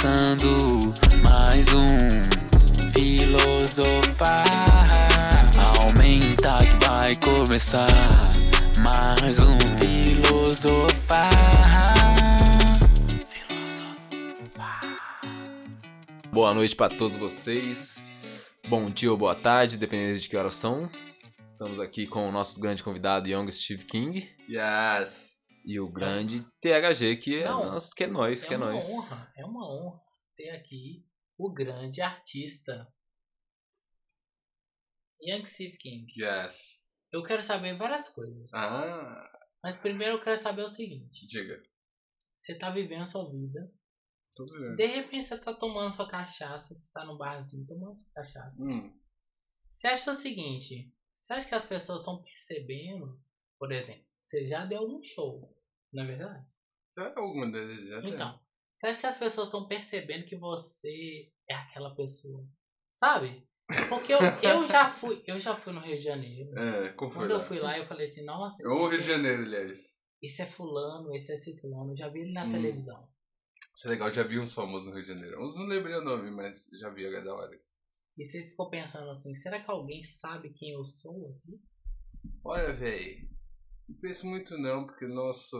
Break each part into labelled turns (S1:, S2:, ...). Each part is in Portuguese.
S1: começando mais um
S2: Filosofar,
S1: Aumenta que vai começar mais um
S2: filosofar.
S3: Boa noite pra todos vocês. Bom dia ou boa tarde, dependendo de que horas são. Estamos aqui com o nosso grande convidado Young Steve King
S2: Yes.
S3: e o grande THG, que é
S4: Não.
S3: nós, que é nós, que é
S4: uma
S3: nós.
S4: honra, é uma honra ter aqui o grande artista Young Steve King.
S2: Yes.
S4: Eu quero saber várias coisas,
S2: Ah,
S4: mas primeiro eu quero saber o seguinte:
S2: diga.
S4: você tá vivendo a sua vida,
S2: Tô vendo.
S4: de repente você tá tomando sua cachaça, você tá no barzinho tomando sua cachaça.
S2: Hum,
S4: Você acha o seguinte: você acha que as pessoas estão percebendo, por exemplo, você já deu um show, não é verdade?
S2: já é alguma das já tem.
S4: Então, você acha que as pessoas estão percebendo que você é aquela pessoa? Sabe? Porque eu, eu já fui, eu já fui no Rio de Janeiro.
S2: É, como foi
S4: Quando
S2: lá?
S4: eu fui lá, eu falei assim, nossa,
S2: Ou Rio de
S4: esse,
S2: Janeiro, aliás.
S4: esse é fulano, esse é ciclano, eu já vi ele na
S2: Hum.
S4: televisão.
S2: Isso é legal, eu já vi uns famosos no Rio de Janeiro. Uns não lembrei o nome, mas já vi a da hora.
S4: E você ficou pensando assim, será que alguém sabe quem eu sou aqui?
S2: Olha, véi, não penso muito não, porque nosso,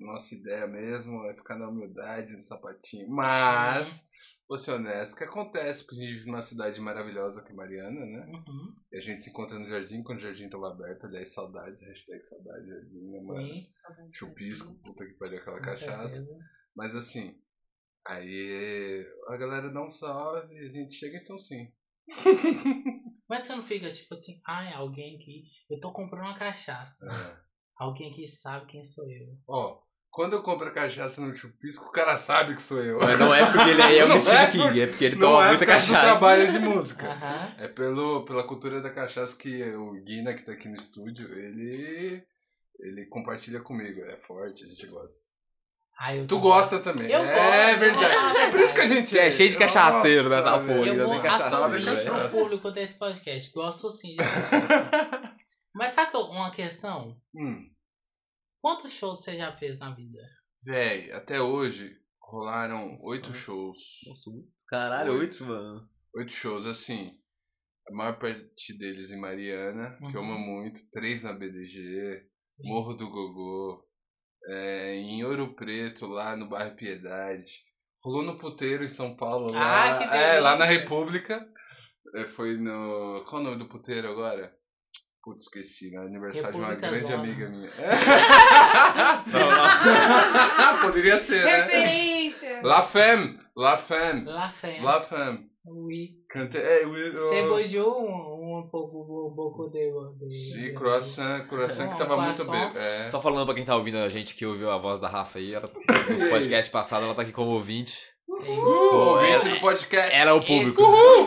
S2: nossa ideia mesmo é ficar na humildade, no sapatinho.
S4: Uhum.
S2: Mas, vou ser honesto, que acontece, porque a gente vive numa cidade maravilhosa que é Mariana, né?
S4: Uhum,
S2: E a gente se encontra no jardim, quando o jardim tava aberto, aliás, saudades, hashtag saudade jardim, né, mano?
S4: sim.
S2: Chupisco, puta que pariu aquela
S4: Com
S2: cachaça.
S4: certeza.
S2: Mas assim, aí a galera dá um salve, a gente chega então sim.
S4: Mas você não fica tipo assim, ai, alguém aqui, eu tô comprando uma
S2: É.
S4: cachaça. Alguém aqui sabe quem sou eu.
S2: Ó, quando eu compro a cachaça no chupisco, o cara sabe que sou eu.
S3: Mas não é porque ele é
S2: Não
S3: Young
S2: é
S3: Steve
S2: porque-
S3: King, é porque ele
S2: Não
S3: toma
S2: é
S3: muita
S2: por causa do
S3: cachaça.
S2: trabalho de música.
S4: Aham.
S2: É pelo, pela cultura da cachaça que o Guina, que tá aqui no estúdio, ele. Ele compartilha comigo. É forte, a gente gosta.
S4: Ai, eu
S2: Tu
S4: tô-
S2: gosta também.
S4: Eu
S2: é
S4: gosto,
S2: verdade.
S4: eu gosto.
S2: É por isso que a gente
S3: É cheio de cachaceiro nessa
S2: Nossa,
S3: porra,
S2: velho.
S3: ainda
S4: Eu um
S3: tem
S4: vou
S3: cachaça,
S4: assumir
S3: né,
S4: pro
S3: cachaça.
S4: público desse podcast. Gosto sim de cachaça. Mas sabe que eu- uma questão?
S2: Hum,
S4: Quantos shows você já fez na vida?
S2: véi, até hoje rolaram oito
S4: né?
S2: shows.
S3: Nossa, Caralho,
S2: Oito.
S3: oito, mano.
S2: Oito shows, assim. A maior parte deles em Mariana, que eu amo
S4: Uhum.
S2: muito. Três na BDG, Morro do Gogô, é, em Ouro Preto, lá no bairro Piedade. Rolou no Puteiro, em São Paulo, lá,
S4: Ah, que
S2: é, lá na
S4: delícia.
S2: República. É, foi no... Qual o nome do Puteiro agora? Putz, esqueci. No aniversário de
S4: República
S2: uma grande
S4: Zona.
S2: amiga minha.
S3: Não, não.
S2: Poderia ser, né?
S5: Referência!
S2: La Femme! La Femme!
S4: Lá frente.
S2: La Femme!
S4: Oui.
S2: Cante... É, eu- eu-
S4: Você boiou um, um pouco o boco de... de-
S2: De croissant, croissant que
S4: Não,
S2: tava muito
S4: croissant.
S2: bêbado. É.
S3: Só falando pra quem tá ouvindo a gente que ouviu a voz da Rafa aí, ela, no podcast passado ela tá aqui como ouvinte.
S4: Sim.
S2: O Uh, ouvinte
S3: Ela-
S2: do podcast.
S3: Ela é o público.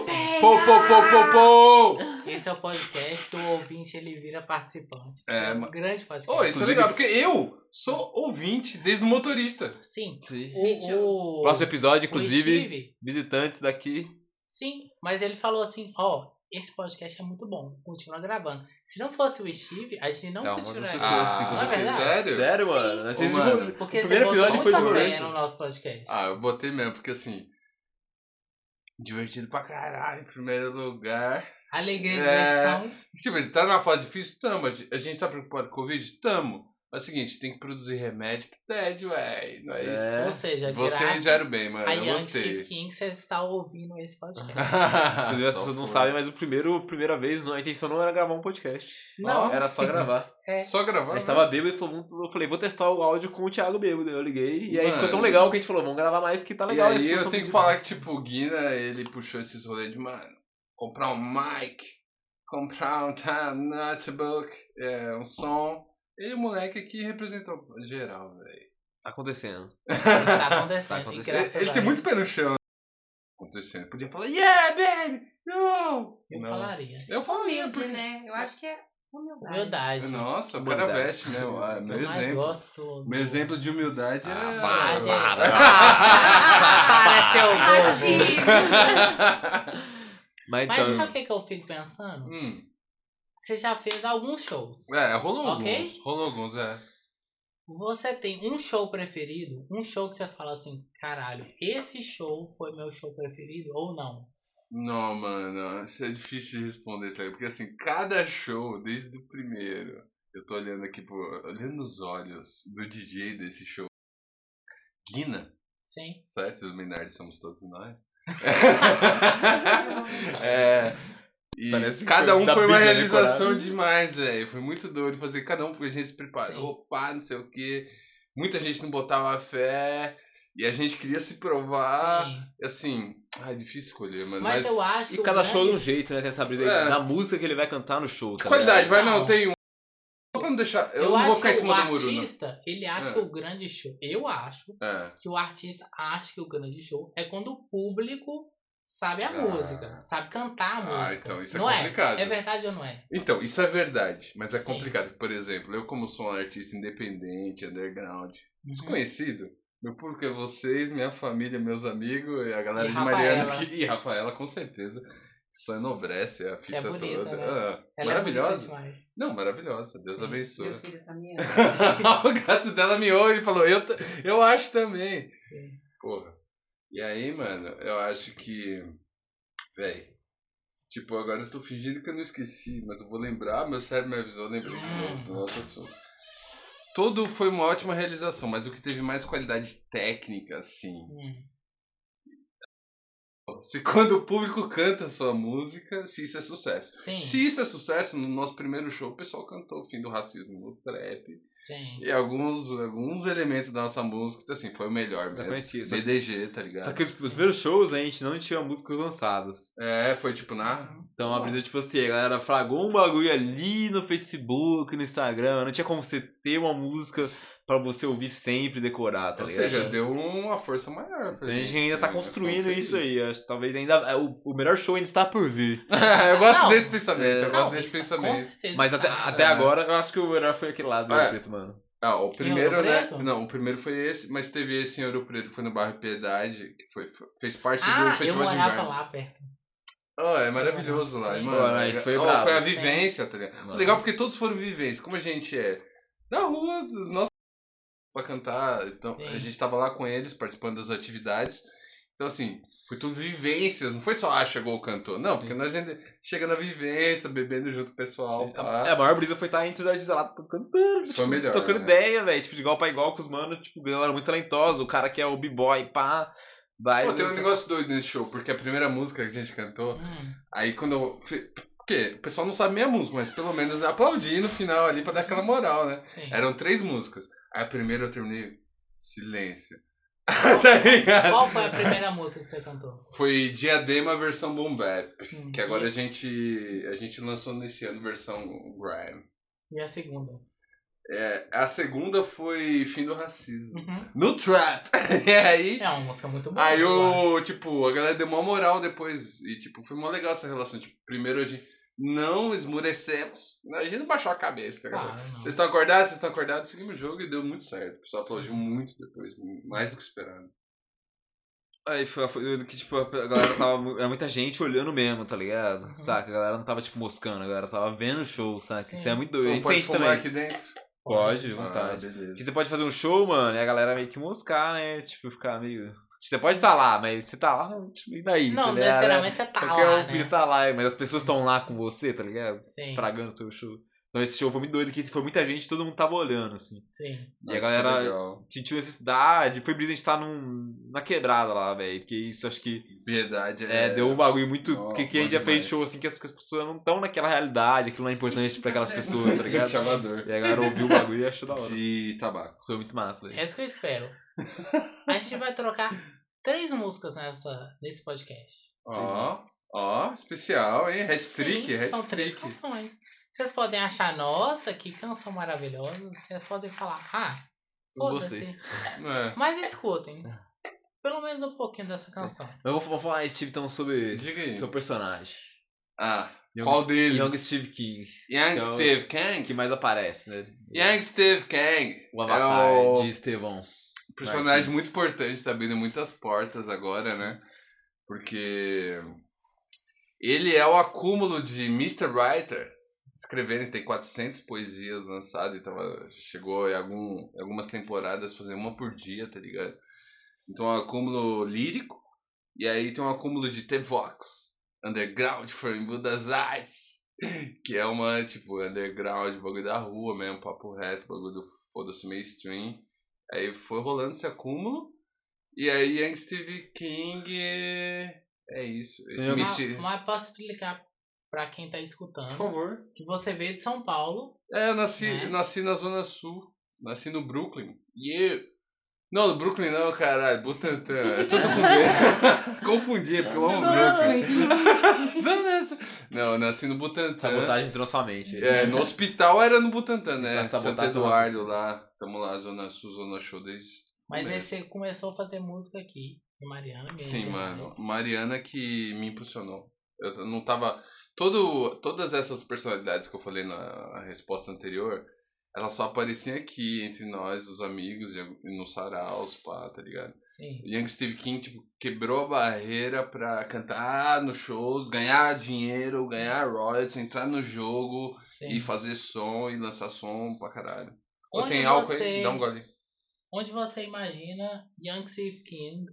S4: É.
S2: Pou, pou, pou, pou, pou!
S4: Esse é o podcast do ouvinte, ele vira participante.
S2: É,
S4: um
S2: mas-
S4: grande podcast.
S2: Oh, isso é legal, porque eu sou ouvinte desde o motorista.
S4: Sim.
S3: Sim.
S4: O, o,
S3: Próximo episódio,
S4: o
S3: inclusive,
S4: Steve,
S3: visitantes daqui.
S4: Sim, mas ele falou assim, ó, esse podcast é muito bom, continua gravando. Se não fosse o Steve, a gente não,
S3: Não,
S4: continuaria.
S3: outras pessoas,
S4: Ah,
S3: sim, com
S4: não é
S3: certeza.
S4: verdade?
S2: Sério?
S3: Sério,
S5: Sim.
S3: mano?
S5: Ô,
S3: Vocês-
S2: mano.
S4: Porque
S3: o primeiro
S4: você
S3: episódio
S4: botou
S3: foi
S4: muita
S3: do
S4: fé
S3: Urso.
S4: no nosso podcast.
S2: Ah, eu botei mesmo, porque assim. Divertido pra caralho, em primeiro lugar.
S4: Alegria e
S2: É.
S4: diversão.
S2: Tipo, tá numa fase difícil? Tamo. A gente tá preocupado com o Covid? Tamo. Mas é o seguinte, tem que produzir remédio pro tédio, ué. Não é,
S3: É.
S2: isso?
S4: Ou seja,
S2: Vocês
S4: graças
S2: vieram bem, mano.
S4: a
S2: Eu
S4: Young Steve
S2: gostei.
S4: King, você está ouvindo esse podcast.
S3: Inclusive,
S2: Inclusive,
S3: as pessoas não sabem, mas o primeiro, primeira vez, não, a intenção não era gravar um podcast.
S2: Não.
S3: Era só gravar.
S4: É.
S2: Só gravar.
S3: A gente
S2: né?
S3: tava bêbado e falou, vamos- eu falei, vou testar o áudio com o Thiago bêbado. Eu liguei. E aí
S2: Mano.
S3: ficou tão legal que a gente falou, vamos gravar mais que tá legal. as
S2: E aí
S3: pessoas
S2: eu
S3: tão
S2: tenho que
S3: pedindo.
S2: falar que, tipo, o Guina, ele puxou esses rolês de, mano, comprar um mic, comprar um ta- notebook, é, um som. E o moleque aqui representou geral, velho.
S3: Tá acontecendo.
S4: Está acontecendo.
S3: Tá
S4: e
S3: acontecendo.
S4: graças
S2: Ele
S4: a
S2: tem muito
S4: isso,
S2: pé no chão. né? Acontecendo. Podia falar, yeah, baby! Não!
S4: Eu
S2: Não.
S4: falaria.
S2: Eu falei,
S5: Humilde,
S2: porque-
S5: né? Eu acho que é humildade.
S4: Humildade.
S2: Nossa, o cara
S3: Humildade.
S2: veste mesmo. Ah, meu
S4: eu mais
S2: exemplo.
S4: gosto.
S2: Meu exemplo de humildade é.
S3: Ah,
S4: Ah, gente.
S5: Ah,
S4: Para, seu bobo.
S5: Tadinho!
S3: Mas então.
S4: Mas sabe o que, que eu fico pensando?
S2: Hum.
S4: Você já fez alguns shows.
S2: É, rolou
S4: Ok.
S2: alguns. Rolou alguns, é.
S4: Você tem um show preferido? Um show que você fala assim, caralho, esse show foi meu show preferido ou não?
S2: Não, mano, isso é difícil de responder, tá? Porque assim, cada show, desde o primeiro, eu tô olhando aqui, pro, olhando nos olhos do DJ desse show. Guina,
S4: Sim.
S2: certo? Os Minardi somos todos nós.
S3: É.
S2: E
S3: Parece que
S2: cada
S3: foi
S2: um
S3: da
S2: foi uma
S3: Bíblia
S2: realização demais, velho. Foi muito doido fazer cada um, porque a gente se preparou, pá, não sei o quê. Muita gente não botava fé. E a gente queria se provar.
S4: Sim.
S2: E assim, ah, é difícil escolher, mano.
S4: Mas, eu acho que.
S3: E cada
S4: o
S3: show de um
S4: grande...
S3: jeito, né? Tem essa brisa aí
S2: É.
S3: da música que ele vai cantar no show. Tá
S2: Qualidade,
S3: ligado?
S2: vai não,
S4: Não.
S2: tem um. Só pra não deixar. Eu,
S4: Eu,
S2: não
S4: acho
S2: vou ficar em
S4: que é o
S2: cima do muro, não.
S4: artista, ele acha
S2: É.
S4: que o grande show. Eu acho
S2: É.
S4: que o artista acha que o grande show é quando o público sabe a
S2: Ah.
S4: música, sabe cantar a
S2: Ah,
S4: música.
S2: então isso é
S4: não
S2: complicado.
S4: É? é verdade ou não é?
S2: Então, isso é verdade, mas é
S4: Sim.
S2: complicado. Por exemplo, eu, como sou um artista independente, underground, é
S4: Uhum.
S2: desconhecido, meu público é vocês, minha família, meus amigos e a galera
S4: E
S2: de Mariana.
S4: Rafaela.
S2: Que, e Rafaela, com certeza. Isso enobrece a fita
S4: bonita,
S2: toda.
S4: né?
S2: Ah,
S4: Ela é
S2: maravilhosa.
S4: bonita demais.
S2: não, maravilhosa. Deus
S4: Sim.
S5: Meu
S2: abençoe.
S5: filho também ama.
S2: o gato dela miou e falou: eu, ta- eu acho também.
S4: Sim.
S2: Porra. E aí, mano, eu acho que. Véi. Tipo, agora eu tô fingindo que eu não esqueci, mas eu vou lembrar, meu cérebro me avisou, eu lembrei de novo do nosso assunto. Todo foi uma ótima realização, mas o que teve mais qualidade técnica, assim.
S4: Hum.
S2: Se quando o público canta a sua música, se isso é sucesso.
S4: Sim.
S2: Se isso é sucesso, no nosso primeiro show o pessoal cantou o fim do racismo no trap.
S4: Sim.
S2: E alguns, alguns elementos da nossa música, então, assim, foi o melhor
S3: Eu
S2: mesmo.
S3: conheci. Só,
S2: BDG, tá ligado?
S3: só que os primeiros shows a gente não tinha músicas lançadas.
S2: É, foi tipo na.
S3: Então a brisa, tipo assim, a galera fragou um bagulho ali no Facebook, no Instagram. Não tinha como você ter uma música pra você ouvir sempre e decorar, tá
S2: Ou
S3: ligado?
S2: seja, deu uma força maior. pra
S3: Então a gente ainda tá
S2: né?
S3: construindo
S2: Então,
S3: isso aí. Acho, que talvez ainda. é, O, o melhor show ainda está por vir.
S2: eu gosto
S4: Não. é,
S2: desse pensamento,
S4: Não,
S2: eu gosto desse
S4: isso- com
S2: pensamento.
S4: certeza ah,
S3: Mas até,
S4: está-
S3: até agora eu acho que o melhor foi aquele lado do
S2: É.
S3: Preto, mano.
S2: Ah, o primeiro,
S4: Ouro
S2: né?
S4: Preto?
S2: Não, o primeiro foi esse, mas teve esse em Ouro Preto, foi no Barro Piedade, que foi, fez parte
S4: Ah,
S2: do
S4: eu
S2: Festival de
S4: morava
S2: Inverno.
S4: lá perto.
S2: Ah, é maravilhoso lá,
S4: Sim.
S2: mano.
S3: Pô, mas foi
S2: Ah,
S3: bravo.
S2: foi a
S4: Sim.
S2: vivência, tá ligado?
S3: Mano.
S2: Legal porque todos foram vivência. Como a gente é na rua dos nossos pra cantar, então
S4: Sim.
S2: a gente tava lá com eles participando das atividades. Então assim, foi tudo vivências, não foi só ah, chegou o cantor. Não, porque nós ainda chega na vivência, bebendo junto com o pessoal,
S3: É,
S2: pá.
S3: a maior brisa foi estar entre os artistas lá cantando,
S2: Isso
S3: tipo,
S2: foi melhor,
S3: tocando
S2: né?
S3: ideia, velho. Tipo, de igual pra igual com os manos, tipo, galera muito talentosa. O cara que é o b-boy, pá, vai.
S2: Pô, tem um
S3: você-
S2: negócio doido nesse show, porque a primeira música que a gente cantou,
S4: Hum.
S2: aí quando eu. fi- Porque o pessoal não sabe minha música, mas pelo menos aplaudi no final ali pra dar aquela moral, né?
S4: Sim.
S2: Eram três músicas. Aí a primeira eu terminei. Silêncio. tá ligado?
S4: Qual foi a primeira música que você cantou?
S2: Foi Diadema versão Boom Bap,
S4: Hum.
S2: que
S3: Uhum.
S2: agora a
S4: E,
S2: gente, a gente lançou nesse ano versão Grime.
S4: e a segunda?
S2: É, a segunda foi Fim do Racismo.
S4: Uhum.
S2: No Trap! e aí,
S4: É uma música muito boa.
S2: aí
S4: eu acho.
S2: o, tipo, a galera deu uma moral depois. E, tipo, foi mó legal essa relação. Tipo, primeiro a gente não esmurecemos. A gente não baixou a cabeça, tá
S3: Ah,
S2: ligado?
S4: Claro, não.
S2: Vocês estão acordados? Vocês estão acordados? Seguimos o jogo e deu muito certo. O pessoal aplaudiu muito depois, mais do que esperado.
S3: Aí foi, foi doido que, tipo, a galera tava. mu- Era muita gente olhando mesmo, tá ligado? Saca? A galera não tava, tipo, moscando, a galera tava vendo o show, saca?
S4: Sim.
S3: Isso é muito doido.
S2: Pô,
S3: a gente
S2: pode
S3: sente
S2: fumar
S3: também.
S2: aqui dentro?
S3: Pode, vontade.
S2: Ah, beleza.
S3: Porque você pode fazer um show, mano, e a galera meio que moscar, né? Tipo, ficar meio. Você pode estar lá, mas você tá lá, tipo, e daí?
S4: Não,
S3: tá ligado?
S4: necessariamente você tá
S3: Qualquer
S4: lá,
S3: um filho
S4: né?
S3: tá lá, mas as pessoas estão lá com você, tá ligado?
S4: Sim,
S3: Fragando o seu show. Então esse show foi muito doido, que foi muita gente, todo mundo tava olhando, assim.
S4: sim.
S3: E a
S2: Nossa,
S3: galera-
S2: legal.
S3: Sentiu necessidade, foi brisa a gente tá num, na quebrada lá, velho. Porque isso acho que
S2: Piedade
S3: é, deu um bagulho muito.
S2: Ó,
S3: que, que
S2: bom
S3: a gente já fez
S2: demais.
S3: show assim que as, que as pessoas não estão naquela realidade, aquilo não é importante pra aquelas pessoas, tá ligado?
S2: Chamador.
S3: E a galera ouviu o bagulho e achou da hora. Isso
S2: De tabaco.
S3: foi muito massa, velho.
S4: É isso que eu espero. a gente vai trocar três músicas nessa, nesse podcast.
S2: Ó, ó, especial, hein? Hat trick,
S4: Sim,
S2: hat
S4: são três
S2: trick.
S4: canções. Vocês podem achar, nossa, que canção maravilhosa. Vocês podem falar, ah,
S3: Eu gostei. É.
S4: foda-se.
S2: É.
S4: Mas escutem. Pelo menos um pouquinho dessa canção.
S3: Eu vou, vou falar, Steve, então, sobre
S2: É. Diga aí.
S3: seu personagem.
S2: Ah,
S3: Young-
S2: qual deles?
S3: Young Steve King,
S2: Young
S3: Então-
S2: Steve
S3: que
S2: Kang?
S3: mais aparece, né?
S2: Young Steve Kang.
S3: O avatar
S2: é o
S3: de Estevão.
S2: personagem
S3: Martins.
S2: muito importante, tá abrindo muitas portas agora, né? Porque ele é o acúmulo de Mr. Writer, escreverem, tem 400 poesias lançadas e tava, chegou em, algum, em algumas temporadas fazer uma por dia, tá ligado? Então é um acúmulo lírico e aí tem um acúmulo de The Vox, Underground from Buddha's Eyes, que é uma, tipo, underground, bagulho da rua mesmo, papo reto, bagulho do foda-se mainstream. Aí foi rolando esse acúmulo e aí Young Steve King é, é isso. Esse
S3: Eu-
S2: misti-
S4: Mas, mas posso explicar pra quem tá escutando
S3: Por favor.
S4: que você veio de São Paulo.
S2: É, eu nasci,
S4: Né?
S2: nasci na Zona Sul. Nasci no Brooklyn. E eu... Não, no Brooklyn não, caralho. é Butantã. Eu tô confundindo. Confundi, é porque eu amo Brooklyn. Zona Sul. Não, eu nasci no Butantã.
S3: Sabotagem entrou na sua mente.
S2: É, no hospital era no Butantã, né?
S3: Pra
S2: Santo
S3: sabotar Zona
S2: Eduardo
S3: Sul.
S2: lá. Tamo lá, Zona Sul, Zona Show desde... o
S4: Mas aí
S2: começo.
S4: você começou a fazer música aqui, em Mariana mesmo. né?
S2: Sim, mano. Mariana que me impulsionou. Eu t- não tava. Todo, todas essas personalidades que eu falei na resposta anterior, elas só apareciam aqui entre nós, os amigos, e e no sarau, os pá, tá ligado?
S4: Sim.
S2: O Young Steve King, tipo, quebrou a barreira pra cantar ah, nos shows, ganhar dinheiro, ganhar royalties, entrar no jogo
S4: sim.
S2: e fazer som e lançar som pra caralho. Ou
S4: Onde
S2: tem álcool
S4: você-
S2: aí? Dá um gole.
S4: Onde você imagina Young Steve King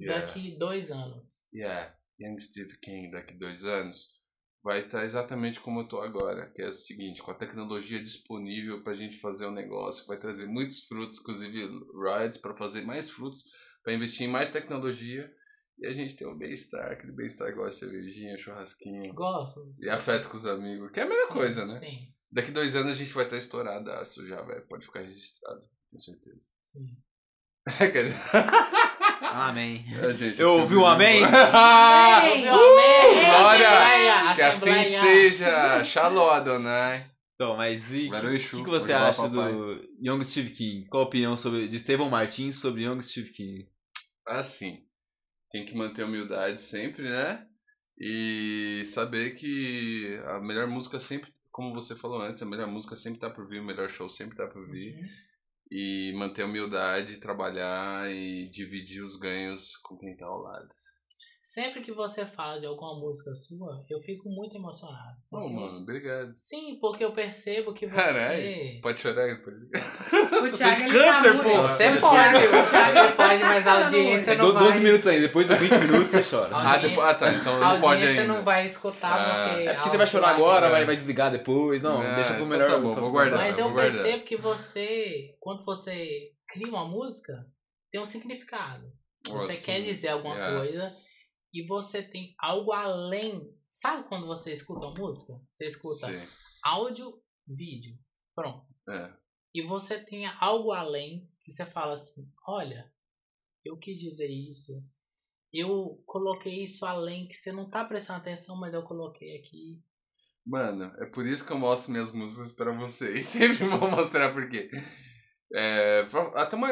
S2: Yeah.
S4: daqui dois anos?
S2: Yeah, Young Steve King daqui dois anos vai estar exatamente como eu tô agora, que é o seguinte, com a tecnologia disponível pra gente fazer um negócio, que vai trazer muitos frutos, inclusive rides pra fazer mais frutos, pra investir em mais tecnologia e a gente tem o bem-estar, aquele bem-estar igual a cervejinha, churrasquinho
S4: Gosto.
S2: e afeto com os amigos, que é a mesma coisa, né?
S4: Sim,
S2: Daqui dois anos a gente vai estar estouradaço já, velho, é, pode ficar registrado, tenho certeza.
S4: sim.
S2: Quer dizer,
S3: Amém.
S2: a gente...
S3: Eu ouvi um amém?
S5: Amém!
S4: Ah,
S3: Ah,
S4: Ouviu, amém?
S2: glória!
S4: Assembleia,
S2: Que assim
S4: assembleia.
S2: seja. né? Shalom Adonai.
S3: Então, mas e
S2: Vai no
S3: o
S2: Exu,
S3: que, que você
S2: pode falar,
S3: acha
S2: papai.
S3: do Young Steve King? Qual a opinião sobre, de Estevão Martins sobre Young Steve King?
S2: Assim, tem que manter a humildade sempre, né? E saber que a melhor música sempre, como você falou antes, a melhor música sempre tá por vir, o melhor show sempre tá por vir.
S4: Uhum.
S2: E manter a humildade, trabalhar e dividir os ganhos com quem tá ao lado.
S4: Sempre que você fala de alguma música sua, eu fico muito emocionado.
S2: Bom,
S4: Porque
S2: mano,
S4: eu-
S2: obrigado.
S4: Sim, porque eu percebo que você.
S2: Caralho. Pode chorar, pode
S5: O Thiago,
S2: de
S5: ele
S2: câncer, pô.
S5: tá muito-
S3: é
S2: Você
S4: pode,
S5: O Thiago-
S4: o Thiago
S5: ele
S4: pode,
S5: tá
S4: mas a audiência Você não
S3: Do- 12
S4: vai.
S3: minutos ainda, deaudepois dos 20 minutos você chora.
S2: Ah, depois, ah, tá, então
S4: A
S2: não pode
S4: audiência
S2: ainda.
S4: não vai escutar
S2: Ah,
S4: porque.
S3: É porque você vai chorar agora, vai, vai desligar depois. Não,
S2: Ah,
S3: deixa pro
S2: então
S3: melhor.
S2: tá bom, vou guardar.
S4: Mas eu
S2: eu vou guardar.
S4: percebo que você, quando você cria uma música, tem um significado. Você
S2: Nossa,
S4: quer dizer alguma
S2: yes.
S4: coisa e você tem algo além. Sabe quando você escuta uma música? Você escuta
S2: Sim,
S4: áudio, vídeo. Pronto.
S2: é.
S4: E você tem algo além que você fala assim: olha, eu quis dizer isso. Eu coloquei isso além que você não tá prestando atenção, mas eu coloquei aqui.
S2: Mano, é por isso que eu mostro minhas músicas pra vocês. Sempre vou mostrar por quê. É, fa- até uma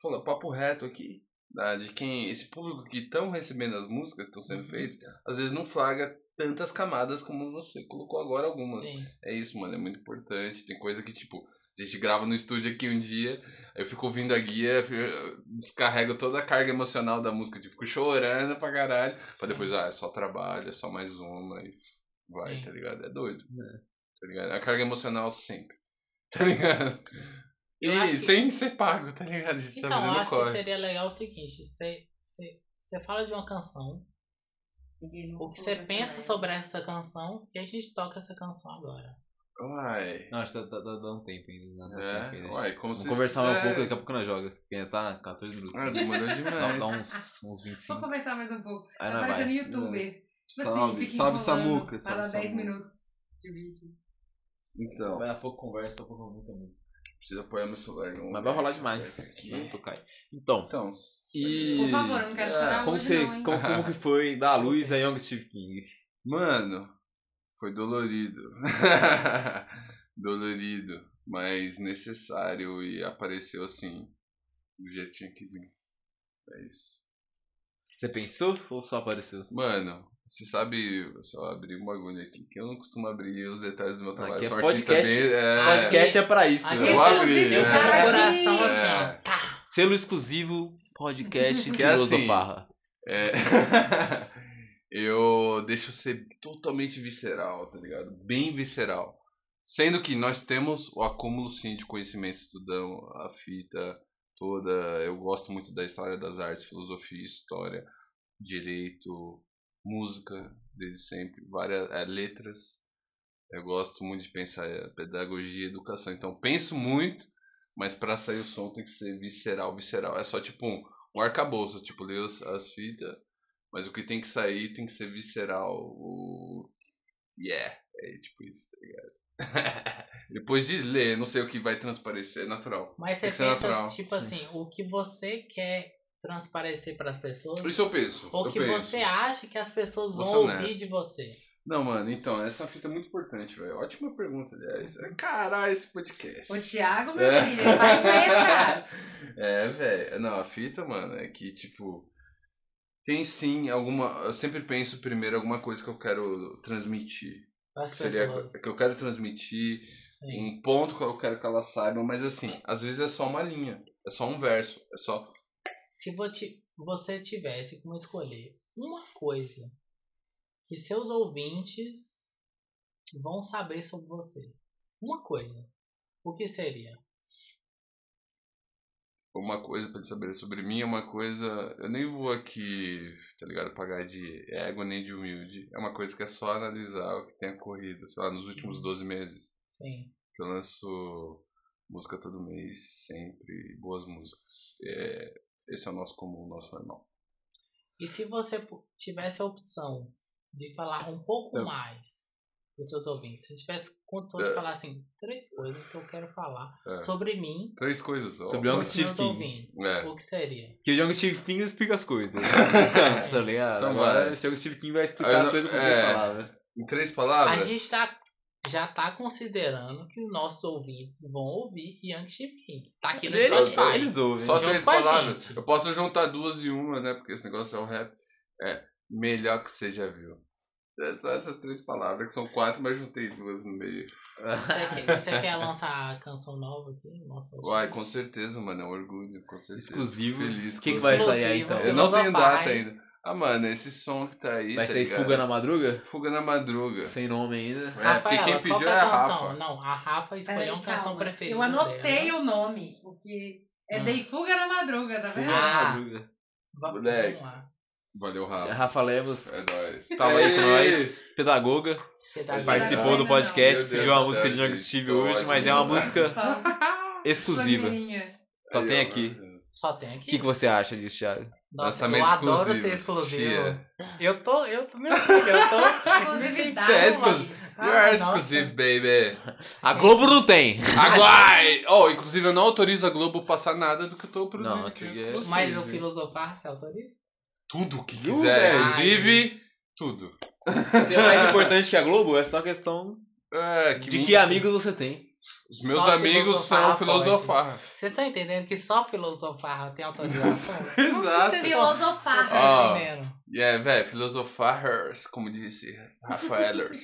S2: fala, papo reto aqui, tá? de quem esse público que estão recebendo as músicas que estão
S4: Uhum.
S2: sendo feitas, às vezes não flagra tantas camadas como você colocou agora algumas.
S4: Sim.
S2: É isso, mano, é muito importante. Tem coisa que, tipo, a gente grava no estúdio aqui um dia, eu fico ouvindo a guia, eu fico- eu descarrego toda a carga emocional da música, tipo, fico chorando pra caralho, pra depois, ah, é só trabalho, é só mais uma, e vai,
S4: Sim.
S2: tá ligado? É doido, tá ligado? A carga emocional sempre, tá ligado? E
S4: Eu acho que-
S2: sem ser pago, tá ligado? A gente
S4: Então,
S2: tá
S4: eu
S2: fazendo
S4: acho que
S2: corre.
S4: seria legal o seguinte: você- você você fala de uma canção, o que você pensa
S5: né?
S4: sobre essa canção, e a gente toca essa canção agora.
S2: Uai,
S3: Não, acho que dá, dá- dá um tempo ainda. dá um tempo
S2: é,
S3: ainda.
S2: uai, como
S3: Vamos
S2: se
S3: conversar mais um pouco, daqui a pouco nós joga. Porque ainda tá 14 minutos.
S2: Ah, demorou
S3: Dá,
S2: demais.
S3: dá uns, uns
S5: Vou
S3: 25.
S5: conversar mais um pouco.
S3: Aí é
S5: Tá
S3: nós Ah, vai.
S5: parecendo youtuber. Tipo
S3: Salve,
S5: assim, fica
S3: salve,
S5: enrolando,
S3: Samuca,
S5: Fala
S3: salve,
S5: 10
S3: Samuca.
S5: minutos de vídeo.
S2: Então,
S3: Vai a pouco conversa, daqui a pouco muita música.
S2: precisa apoiar meu celular. não-
S3: Mas vai rolar demais.
S2: Aqui.
S3: Vai tocar. Então,
S2: Então,
S3: E-
S5: Por favor, eu não quero
S2: É,
S5: chorar
S3: como, que
S5: hoje
S3: você,
S5: não, hein?
S3: como, como que foi dar a luz a Young Steve King?
S2: Mano, foi dolorido. dolorido, mas necessário e apareceu assim, do jeito que tinha que vir. É isso.
S3: Você pensou ou só apareceu?
S2: Mano, você sabe, eu só abri um bagulho aqui, que eu não costumo abrir os detalhes do meu trabalho.
S3: Aqui é
S2: sou artista
S3: podcast.
S2: bem- é,
S3: Podcast é pra isso,
S4: Aqui
S2: eu
S3: velho.
S2: vou abrir,
S4: exclusivo, eu
S2: né?
S4: quero
S2: É.
S4: o coração assim,
S2: É.
S4: ó. Tá.
S3: Selo exclusivo podcast
S2: Que é assim.
S3: Filosofarra.
S2: É. eu deixo ser totalmente visceral, tá ligado? Bem visceral. Sendo que nós temos o acúmulo, sim, de conhecimento, estudamos a fita toda. Eu gosto muito da história das artes, filosofia, história, direito, música, desde sempre, várias eh, letras. Eu gosto muito de pensar eh, pedagogia e educação. Então, penso muito, mas pra sair o som tem que ser visceral, visceral. É só tipo um, um arcabouço, tipo, ler as, as fitas, mas o que tem que sair tem que ser visceral. O... Yeah, é tipo isso, tá ligado? Depois de ler, não sei o que vai transparecer, é natural.
S4: Mas você
S2: Tem que ser
S4: pensa,
S2: natural.
S4: tipo assim, o que você quer transparecer pras pessoas
S2: Por isso eu penso.
S4: ou
S2: eu
S4: que
S2: penso.
S4: você acha que as pessoas
S2: Vou
S4: vão
S2: ser honesto.
S4: ouvir de você.
S2: Não, mano, então, essa fita é muito importante, velho. Ótima pergunta, aliás. Caralho, esse podcast.
S5: O Thiago, meu
S3: É.
S5: filho, ele faz letras.
S2: É, velho. Não, a fita, mano, é que, tipo. Tem sim alguma. Eu sempre penso primeiro alguma coisa que eu quero transmitir.
S4: As
S2: Que seria
S4: pessoas.
S2: que eu quero transmitir,
S4: Sim.
S2: um ponto que eu quero que elas saibam, mas assim, às vezes é só uma linha, é só um verso, é só.
S4: Se vo- ti- você tivesse como escolher uma coisa que seus ouvintes vão saber sobre você. Uma coisa. O que seria?
S2: uma coisa pra eles saberem sobre mim, é uma coisa. Eu nem vou aqui, tá ligado? Pagar de ego nem de humilde. É uma coisa que é só analisar o que tem ocorrido, sei lá, nos últimos 12 meses.
S4: Sim.
S2: Que eu lanço música todo mês, sempre, boas músicas. É, esse é o nosso comum, o nosso normal.
S4: E se você pu- tivesse a opção de falar um pouco
S2: Eu-
S4: mais dos seus ouvintes, se tivesse condição de
S2: É.
S4: falar assim, três coisas que eu quero falar
S2: É.
S4: sobre mim
S2: Três coisas só.
S3: Sobre
S4: para
S3: Young
S4: os
S3: Steve
S4: meus
S3: King.
S4: ouvintes,
S2: É.
S4: o que seria?
S3: Que o Young Steve King explica as coisas. tá ligado?
S2: Então
S3: Agora
S2: vai.
S3: o Young Steve King vai explicar
S2: Eu
S3: as
S2: não-
S3: coisas com
S2: é.
S3: três palavras.
S2: Em três
S4: A
S2: palavras?
S4: gente tá, já tá considerando que os nossos ouvintes vão ouvir Young Chief King. Tá aqui no
S3: Eles,
S4: Spotify.
S3: eles ouvem.
S2: Só
S4: Junto
S2: três
S4: com a
S2: palavras.
S4: gente.
S2: Eu posso juntar duas e uma, né? Porque esse negócio é um rap. É, melhor que você já viu. É só essas três palavras, que são quatro, mas juntei duas no meio.
S4: Você quer, você quer lançar a canção nova aqui? Nossa,
S2: Uai, com certeza, mano. É um orgulho, com certeza.
S3: Exclusivo.
S2: Feliz.
S3: Quem que
S2: com
S3: vai
S2: certeza.
S3: sair aí então?
S4: Exclusivo.
S2: Eu não
S4: Nova
S2: tenho
S4: vai.
S2: data ainda. Ah, mano, esse som que tá aí.
S3: Vai
S2: tá
S3: sair
S2: ligado?
S3: Fuga na Madruga?
S2: Fuga na madruga.
S3: Sem nome ainda.
S2: É, porque quem pediu é a Rafa.
S4: Não, a Rafa
S5: Peraí,
S4: escolheu uma canção
S5: calma.
S4: preferida.
S5: Eu anotei
S4: dela.
S5: o nome, porque é
S4: Ah.
S5: Dei Fuga na Madruga, tá
S3: Hum. Fuga
S5: vendo?
S3: na
S4: Ah.
S3: Madruga.
S4: Va-
S2: Moleque.
S4: Vamos lá.
S2: Valeu,
S3: É
S2: Rafa.
S3: Rafa Lemos.
S2: É nóis.
S3: Tava aí com
S2: Ei!
S3: nós, pedagoga,
S4: Você tá
S3: participou
S5: Ainda
S3: do
S5: não.
S3: podcast,
S2: Meu Deus
S3: pediu uma
S2: do
S3: música
S2: céu,
S3: de Young
S2: gente,
S3: Steve
S2: tô
S3: hoje, mas é uma
S2: ótimo.
S5: Então,
S3: música
S5: Pão,
S3: exclusiva.
S5: maneirinha.
S3: Só
S2: Aí,
S3: tem
S2: ó,
S3: aqui.
S2: mano.
S4: Só tem
S3: O
S4: aqui.
S3: que, que você acha disso, Thiago?
S4: Nossa, eu
S2: Lançamento
S4: adoro
S2: exclusivo.
S4: ser exclusivo.
S2: Chia.
S4: Eu tô, eu tô, meu filho, eu tô.
S5: Exclusividade.
S2: Você é
S5: exclusivo.
S2: You are
S4: Ah, nossa.
S2: exclusive, baby.
S3: A Globo não tem!
S2: Agora! Oh, inclusive eu não autorizo a Globo passar nada do que eu tô produzindo.
S3: Não,
S2: aqui,
S3: aqui
S2: é
S3: é-
S2: exclusivo.
S4: Mas o filosofar, você autoriza?
S2: Tudo que
S3: Tudo,
S2: quiser,
S3: velho.
S2: inclusive tudo.
S3: Ser mais importante que a Globo é só questão
S2: É,
S3: de
S2: me-
S3: que amigos você tem.
S2: Os meus
S4: Só
S2: amigos são
S4: filosofar
S2: filosofar.
S4: Vocês estão entendendo que só filosofar tem autorização?
S2: Exato. Tá
S4: Vocês estão- vocês
S5: Filosofar.
S2: Ó.
S4: estão entendendo?
S2: Yeah, é, velho, filosofars, como disse Rafaelers.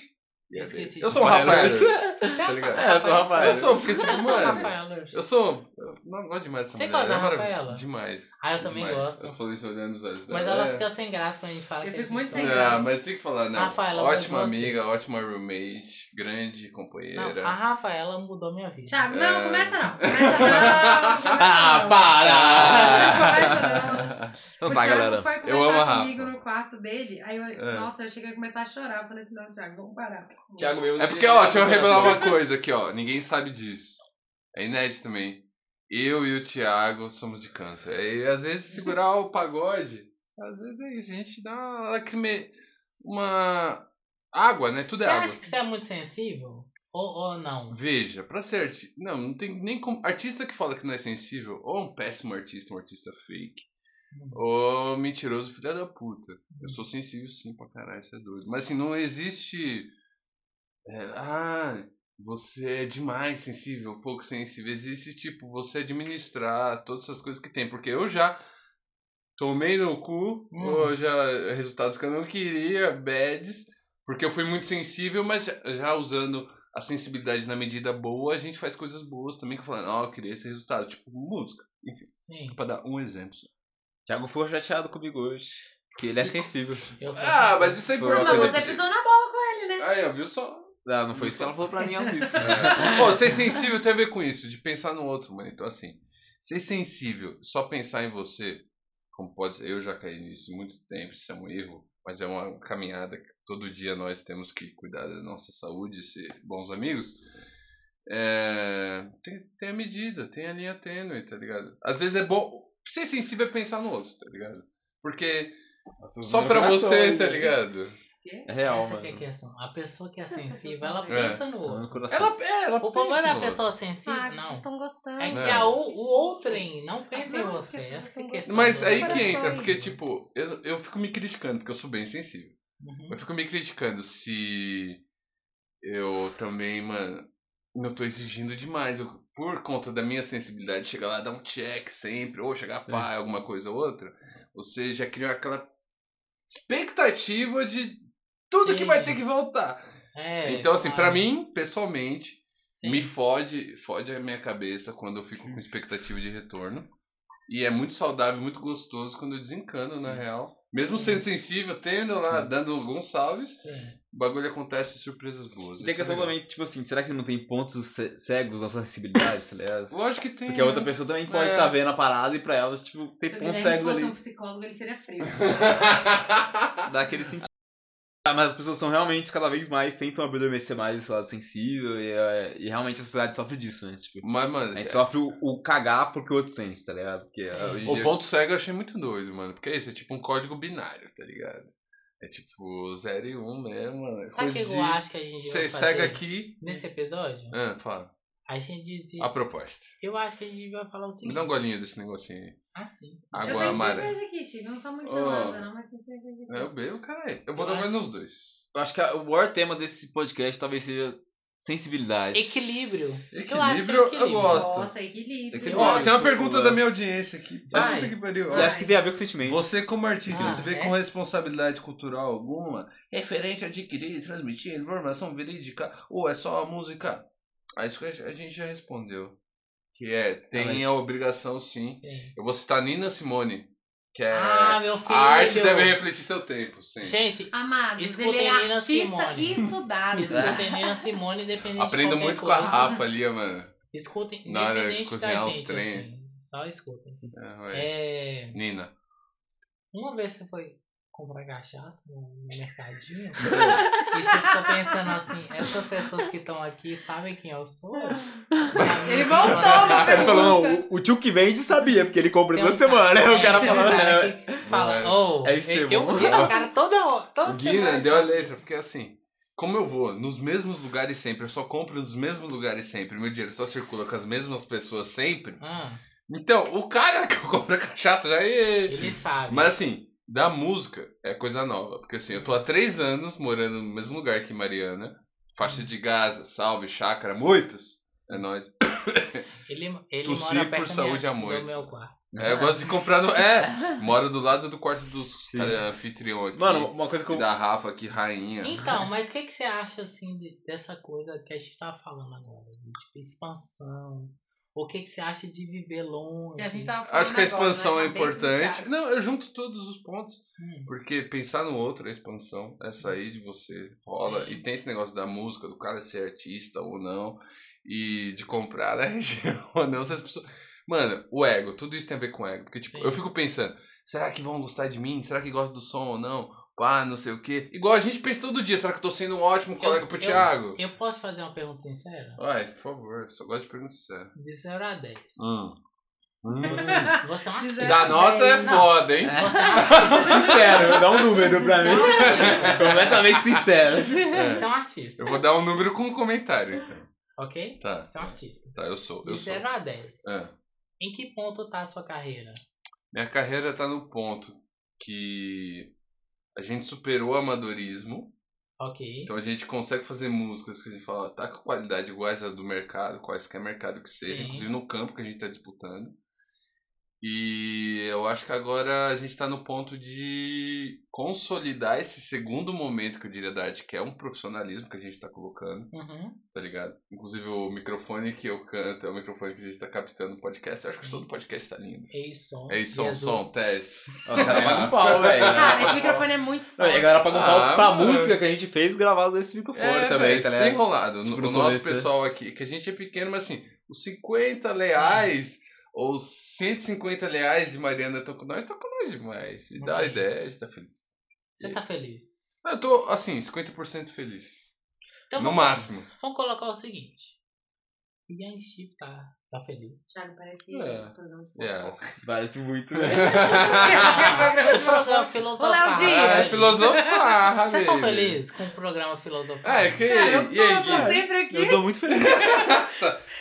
S2: Yeah,
S4: Esqueci.
S2: baby. eu sou o
S3: Rafaelers.
S2: Rafaelers.
S4: Você
S2: Tá ligado?
S3: É, eu sou o
S2: Eu
S3: Rafaelers.
S2: sou, porque tipo,
S4: Eu sou
S2: mano.
S4: Rafael Urso.
S2: Eu sou. Eu não gosto demais dessa
S4: Você
S2: mulher.
S4: gosta da
S2: é maravilhoso.
S4: Rafaela?
S2: Demais.
S4: Ah, eu também
S2: demais.
S4: gosto.
S2: Eu falei isso olhando os olhos dela.
S4: Mas ela
S2: É.
S4: fica sem graça quando a gente fala
S5: Eu
S4: que a
S5: fico
S4: gente
S5: muito
S4: tá-
S5: sem graça.
S2: Ah, mas tem que falar, não.
S4: Rafaela, eu
S2: ótima
S4: gosto de você.
S2: amiga, ótima roommate, grande companheira.
S4: Não, a Rafaela mudou minha vida.
S5: Thiago, não,
S2: É.
S5: começa não. Começa não.
S3: Ah,
S5: começa não.
S3: para!
S5: Não começa não.
S3: Então
S5: o
S3: tá,
S5: Thiago
S3: galera.
S5: foi
S2: Eu amo a
S5: conversar
S2: Rafa.
S5: comigo no quarto dele. Aí eu,
S2: É.
S5: nossa, eu achei que ia começar a chorar. Eu Falei assim, não, Thiago, vamos parar.
S3: Thiago meu tá
S2: É porque, ó, deixa eu revelar uma coisa aqui, ó. Ninguém sabe disso. É inédito também. Eu e o Thiago somos de câncer. E às vezes segurar o pagode, às vezes é isso. A gente dá uma lacrime... Uma... Água, né? Tudo
S4: Você
S2: é água.
S4: acha que você é muito sensível? Ou, ou não?
S2: Veja, pra ser artista... Não, não tem nem como... Artista que fala que não é sensível, ou é um péssimo artista, um artista fake,
S4: Hum.
S2: ou mentiroso filho da puta. Eu sou sensível sim pra caralho, você é doido. Mas assim, não existe... É, ah, você é demais sensível, pouco sensível. Existe, tipo, você administrar todas essas coisas que tem. Porque eu já tomei no cu,
S4: Uhum.
S2: ou já resultados que eu não queria, bads, porque eu fui muito sensível, mas já, já usando a sensibilidade na medida boa, a gente faz coisas boas também, que falando, ó, eu queria esse resultado, tipo música. Enfim,
S4: Sim.
S2: pra dar um exemplo. só.
S3: Thiago foi chateado comigo hoje. Que ele é sensível.
S4: Eu sou
S2: Ah,
S4: sincero.
S2: mas isso é
S3: Foi
S2: importante.
S5: Mas
S3: coisa
S5: você pisou na bola com ele, né?
S2: Aí, ó, viu só?
S3: Ah, não foi isso que ela falou pra mim ao vivo.
S2: É. Ô, ser sensível tem a ver com isso, de pensar no outro, mano. Então, assim, ser sensível, só pensar em você, como pode ser, eu já caí nisso muito tempo, isso é um erro, mas é uma caminhada que todo dia nós temos que cuidar da nossa saúde, ser bons amigos. É, tem, tem a medida, tem a linha tênue, tá ligado? Às vezes é bom. Ser sensível é pensar no outro, tá ligado? Porque só pra você, tá ligado?
S3: É real,
S4: Essa
S3: mano.
S4: que é a questão. A pessoa que é sensível,
S5: pessoas
S4: ela
S5: não-
S4: pensa no
S3: Tá no
S4: outro.
S3: coração.
S2: Ela, é, ela
S4: O problema
S2: pensa
S4: da
S2: no outro.
S4: pessoa sensível,
S5: Ah, vocês
S4: não.
S5: estão gostando.
S4: É que
S2: É.
S4: a, o, o outrem não pensa em
S5: Não,
S4: você.
S5: porque
S4: Essa que é
S5: não
S4: a questão.
S2: Mas
S4: do-
S2: aí que
S5: Corações.
S2: entra, porque, tipo, eu, eu fico me criticando, porque eu sou bem sensível.
S4: Uhum.
S2: Eu fico me criticando se eu também, mano, não tô exigindo demais. Eu, por conta da minha sensibilidade, chegar lá, dar um check sempre, ou
S4: É.
S2: chegar pá, alguma coisa ou outra, você já criou aquela expectativa de tudo que
S4: Sim.
S2: vai ter que voltar.
S4: É,
S2: então, assim, pra
S4: claro.
S2: mim, pessoalmente,
S4: Sim. Hum.
S2: me fode, fode a minha cabeça quando eu fico com expectativa de retorno. E é muito saudável, muito gostoso quando eu desencano, na real. Mesmo sendo sensível, tendo lá, dando alguns salves,
S4: Sim.
S2: o bagulho acontece surpresas boas.
S3: E tem
S2: Isso é
S3: questão
S2: legal.
S3: também, tipo assim, será que não tem pontos ce- cegos na sua sensibilidade, tá ligado?
S2: Lógico que tem.
S3: Porque a outra
S2: né?
S3: pessoa também pode
S2: É.
S3: estar vendo a parada e pra elas, tipo, tem
S5: Se o
S3: pontos
S5: Guilherme
S3: cegos
S5: fosse
S3: ali.
S5: um psicólogo, ele seria frio.
S3: Dá aquele sentido. Ah, Mas as pessoas são realmente cada vez mais, tentam adormecer mais esse lado sensível e, é, e realmente a sociedade sofre disso, né? Tipo,
S2: Mas,
S3: a
S2: mano, é,
S3: gente sofre o, o cagar porque o outro sente, tá ligado? Porque
S4: Sim.
S3: ah, hoje em
S2: o
S3: dia-
S2: ponto cego eu achei muito doido, mano. Porque é isso, é tipo um código binário, tá ligado? É tipo 0 e 1 um mesmo, mano. É
S4: Sabe o que
S2: coisa
S4: eu
S2: de-
S4: acho que a gente
S2: Você
S4: vai
S2: cega
S4: fazer
S2: aqui.
S4: nesse episódio?
S2: Ah, fala.
S4: A gente dizia.
S2: A proposta.
S4: Eu acho que a gente vai falar o
S2: Me
S4: seguinte.
S2: dá um golinho desse negocinho aí.
S4: Assim.
S5: Eu
S2: Água
S5: tenho
S2: amarela.
S5: cerveja aqui, Chico. Não tá muito
S2: Ô.
S5: gelada, não, mas tem cerveja aqui.
S2: É, Eu bebo, caralho. Eu vou
S4: Eu
S2: dar mais
S4: acho-
S2: nos dois.
S3: Eu acho que a- o maior tema desse podcast talvez seja sensibilidade.
S4: Equilíbrio. Eu acho que é
S2: Equilíbrio, eu,
S4: equilíbrio.
S2: gosto.
S5: Nossa, equilíbrio.
S3: Equilíbrio.
S2: Ó,
S3: acho
S2: tem uma
S3: que
S2: pergunta
S3: eu-
S2: da minha audiência aqui. Mas
S4: Vai.
S2: puta que pariu. ó.
S3: E acho que tem a ver com sentimento.
S2: assim, Você, como artista,
S4: Ah,
S2: se vê
S4: é?
S2: com responsabilidade cultural alguma? Referência a adquirir e transmitir informação verídica? Ou é só a música? Ah, isso que a gente já respondeu. Que é, tem
S3: Ah, mas-
S2: a obrigação sim.
S4: Sim.
S2: Eu vou citar Nina Simone, que é.
S4: Ah, meu filho.
S2: a arte deve refletir seu tempo, sim.
S4: Gente,
S5: Amados, ele é
S4: Escutem Nina
S5: artista
S4: Simone. é
S5: e estudado.
S4: escutem Nina Simone independente
S2: Aprenda
S4: de qualquer
S2: muito com a
S4: coisa.
S2: Rafa ali, mano.
S4: Escutem
S2: Na hora de
S4: independente da
S2: cozinhar os
S4: gente,
S2: trem.
S4: assim. Só escutem.
S2: É, vai.
S4: É...
S2: Nina.
S4: Uma vez você foi comprar cachaça no no mercadinho e você ficou pensando assim, essas pessoas que estão aqui sabem quem eu sou?
S5: Ele voltou pra
S3: Aí ele
S5: pergunta.
S3: falou, não, o, o tio que vende sabia, porque ele compra
S4: Tem
S3: duas
S4: um
S3: semanas. Aí o
S4: É,
S3: cara
S4: tem um cara
S3: falando. né?
S4: aqui que fala, oh,
S3: É
S4: eu,
S3: Estevão.
S2: né?"
S4: eu vi esse cara toda hora,
S2: O
S4: toda
S2: Guina
S4: semana.
S2: deu a letra, porque assim, como eu vou nos mesmos lugares sempre, eu só compro nos mesmos lugares sempre, meu dinheiro só circula com as mesmas pessoas sempre.
S4: Ah,
S2: Então, o cara que eu compro a cachaça já é.
S4: ele sabe.
S2: Mas assim, da música é coisa nova, porque assim, eu tô há três anos morando no mesmo lugar que Mariana, faixa de Gaza, salve, chácara, muitas. É nóis.
S4: ele ele
S2: tossir
S4: mora
S2: por
S4: perto da
S2: saúde
S4: minha,
S2: à noite.
S4: do meu quarto.
S2: É, eu gosto de comprar no. É, moro do lado do quarto dos
S3: Sim.
S2: cara, anfitrião aqui.
S3: Mano, uma coisa que
S2: e
S3: eu.
S2: da Rafa aqui, rainha.
S4: Então, mas o que, que você acha, assim, de- dessa coisa que a gente tava falando agora? de, Tipo, expansão. O que, que você acha de viver longe?
S5: A gente tava falando
S2: Acho que a
S5: agora, né,
S2: expansão é
S5: cabeça do
S2: importante.
S5: Thiago.
S2: Não, eu junto todos os pontos.
S4: Hum.
S2: Porque pensar no outro é expansão. É sair de você, rola.
S4: Sim.
S2: E tem esse negócio da música, do cara ser artista ou não. E de comprar na região ou não. Essas pessoas... Mano, o ego, tudo isso tem a ver com ego. Porque, tipo,
S4: Sim.
S2: eu fico pensando, será que vão gostar de mim? Será que gostam do som ou não? Pá, não sei o quê. Igual a gente pensa todo dia, será que eu tô sendo um ótimo colega pro
S4: eu-
S2: Thiago?
S4: Eu posso fazer uma pergunta sincera?
S2: Ai, por favor, eu só gosto de perguntas sérias.
S4: De 0 a 10.
S2: Ah. Hum.
S4: Você é uma
S5: De
S4: artista.
S5: zero
S2: Da nota é
S5: Não.
S2: foda, hein?
S4: Você é uma
S3: Sincero, dá um número pra mim.
S4: artista.
S3: Completamente sincero.
S4: Você é um artista,
S2: Eu vou dar um número com um comentário, então.
S4: ok?
S2: Tá.
S4: Você é um artista.
S2: Tá, eu sou.
S4: De
S2: Eu sou.
S4: 0 a 10.
S2: É.
S4: Em que ponto tá a sua carreira?
S2: Minha carreira tá no ponto que a gente superou o amadorismo.
S4: Ok.
S2: Então a gente consegue fazer músicas que a gente fala, tá com qualidade iguais às do é mercado, quaisquer mercado que seja,
S4: Sim.
S2: inclusive no campo que a gente tá disputando. E eu acho que agora a gente tá no ponto de consolidar esse segundo momento que eu diria da arte, que é um profissionalismo que a gente tá colocando,
S4: Uhum.
S2: tá ligado? Inclusive o microfone que eu canto é o microfone que a gente tá captando no podcast. Eu acho que o som do podcast tá lindo.
S4: Ei, som.
S2: É isso, um
S4: Jesus.
S2: som, teste.
S3: Ó, O cara paga um pau, velho.
S5: Cara, esse microfone é muito
S3: Não, e
S5: foda.
S3: a galera paga um pau
S2: Ah,
S3: pra
S2: mano.
S3: música que a gente fez gravado desse microfone também,
S2: É, velho,
S3: tá
S2: isso
S3: ligado?
S2: tem rolado.
S3: Tipo,
S2: o
S3: no
S2: nosso
S3: começo, né?
S2: pessoal aqui, que a gente é pequeno, mas assim, os 50 reais ou 150 reais de Mariana estão com nós, tá com nós demais. E dá
S4: Uhum.
S2: ideia, a gente tá feliz.
S4: Você tá feliz.
S2: Eu tô, assim, 50% feliz.
S4: Então
S2: no
S4: vamos,
S2: máximo.
S4: vamos colocar o seguinte. Young Chief tá, tá feliz.
S5: Thiago,
S2: É.
S5: parece um programa de fofoca.
S2: Yes.
S3: Parece muito.
S2: né?
S4: Programa
S5: é Programa de fofoca.
S4: filosofar.
S5: Ô, Léo Dias.
S2: Ah, é filosofar,
S4: Vocês estão
S2: baby.
S4: felizes com o programa filosofar?
S2: Ah, é que.
S5: Cara, eu
S2: e aí,
S5: tô, tô
S2: Gui?
S5: sempre
S3: Eu
S5: aqui.
S3: tô muito feliz.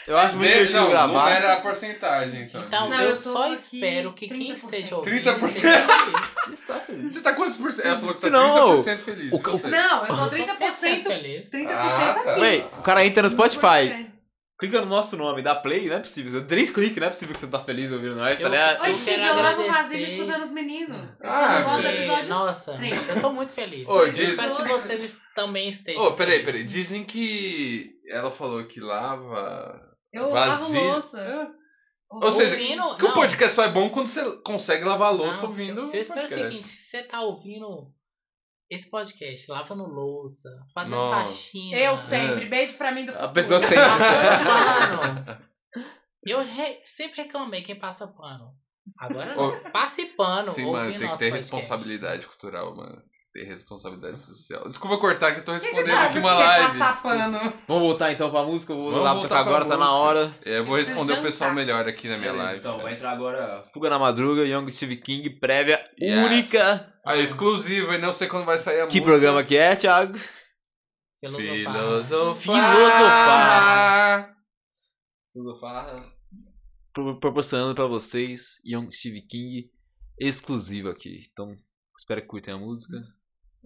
S3: Eu acho muito
S2: Deixa,
S3: divertido
S2: não,
S3: gravar.
S2: não era a porcentagem, então.
S4: Então,
S5: Não,
S4: eu,
S5: eu tô
S4: só
S5: aqui
S4: espero que quem
S5: 30%.
S4: esteja ouvindo
S2: 30%.
S4: esteja feliz.
S3: Isso tá feliz.
S2: Você tá quantos por cento? Ela falou que tá
S3: Se não,
S2: 30% feliz.
S3: o ca-
S2: Você.
S5: Não, eu tô
S4: Você tá
S5: 30%.
S4: feliz.
S5: 30%
S2: Ah, tá.
S5: aqui.
S3: Véi, o cara entra no Spotify,
S5: Spotify.
S3: clica no nosso nome, dá play, não é possível. Você dá Três cliques, não é possível que você tá feliz ouvindo nós, tá
S4: Eu-
S3: ligado?
S5: Oi,
S4: Eu
S5: Chico,
S4: quero
S5: eu levo o
S4: agradecer.
S5: Brasil escutando os meninos. Eu só
S2: Ah,
S5: não gosto do
S2: velho.
S5: episódio.
S4: Nossa,
S5: Trinta.
S4: eu tô muito feliz.
S2: Ô,
S4: eu
S2: diz-
S4: espero que vocês também estejam
S2: Ô, peraí, peraí.
S4: felizes.
S2: Dizem que ela falou que lava.
S5: Eu lavo
S2: vazia.
S5: louça.
S2: É.
S5: Ou
S2: Ou seja,
S4: Ouvindo-
S2: que o
S4: não.
S2: podcast só é bom quando você consegue lavar a
S4: Não,
S2: louça ouvindo
S4: Eu,
S2: o
S4: eu espero o
S2: podcast.
S4: seguinte, se você tá ouvindo esse podcast, lavando louça, fazendo
S2: Não.
S4: faxina.
S2: é.
S5: Eu sempre. Beijo pra mim do
S3: A
S5: futuro.
S3: pessoa sente.
S2: né?
S4: Passando pano. Eu re- sempre reclamei quem passa pano. Agora não.
S2: Ô,
S4: Passe pano.
S2: Sim,
S4: ouvindo
S2: mano, tem que
S4: nosso
S2: ter
S4: podcast.
S2: responsabilidade cultural, mano. Tem que ter responsabilidade social. Desculpa cortar que eu tô
S5: Quem
S2: respondendo
S5: que
S2: aqui
S5: sabe o que
S2: uma
S5: é
S2: live.
S5: passar
S2: desculpa.
S5: pano?
S3: Vamos voltar então pra música, eu vou
S2: Vamos
S3: lá
S2: voltar
S3: porque agora
S2: pra
S3: tá na
S2: música.
S3: hora.
S2: É, eu vou
S5: Preciso
S2: responder o pessoal
S5: jantar.
S2: melhor aqui na minha
S3: Beleza,
S2: live.
S3: Então, vai
S2: cara.
S3: entrar agora Fuga na Madruga, Young Steve King, prévia
S2: Yes.
S3: única.
S2: Ah, exclusiva, e não sei quando vai sair a
S3: Que
S2: música.
S3: programa que é, Thiago?
S4: Ah, Filosofar.
S3: tá
S2: Filosofar.
S3: "Ah, Pro- Proporcionando pra vocês, Young Steve King, exclusivo aqui. Então, espero que curtem a música.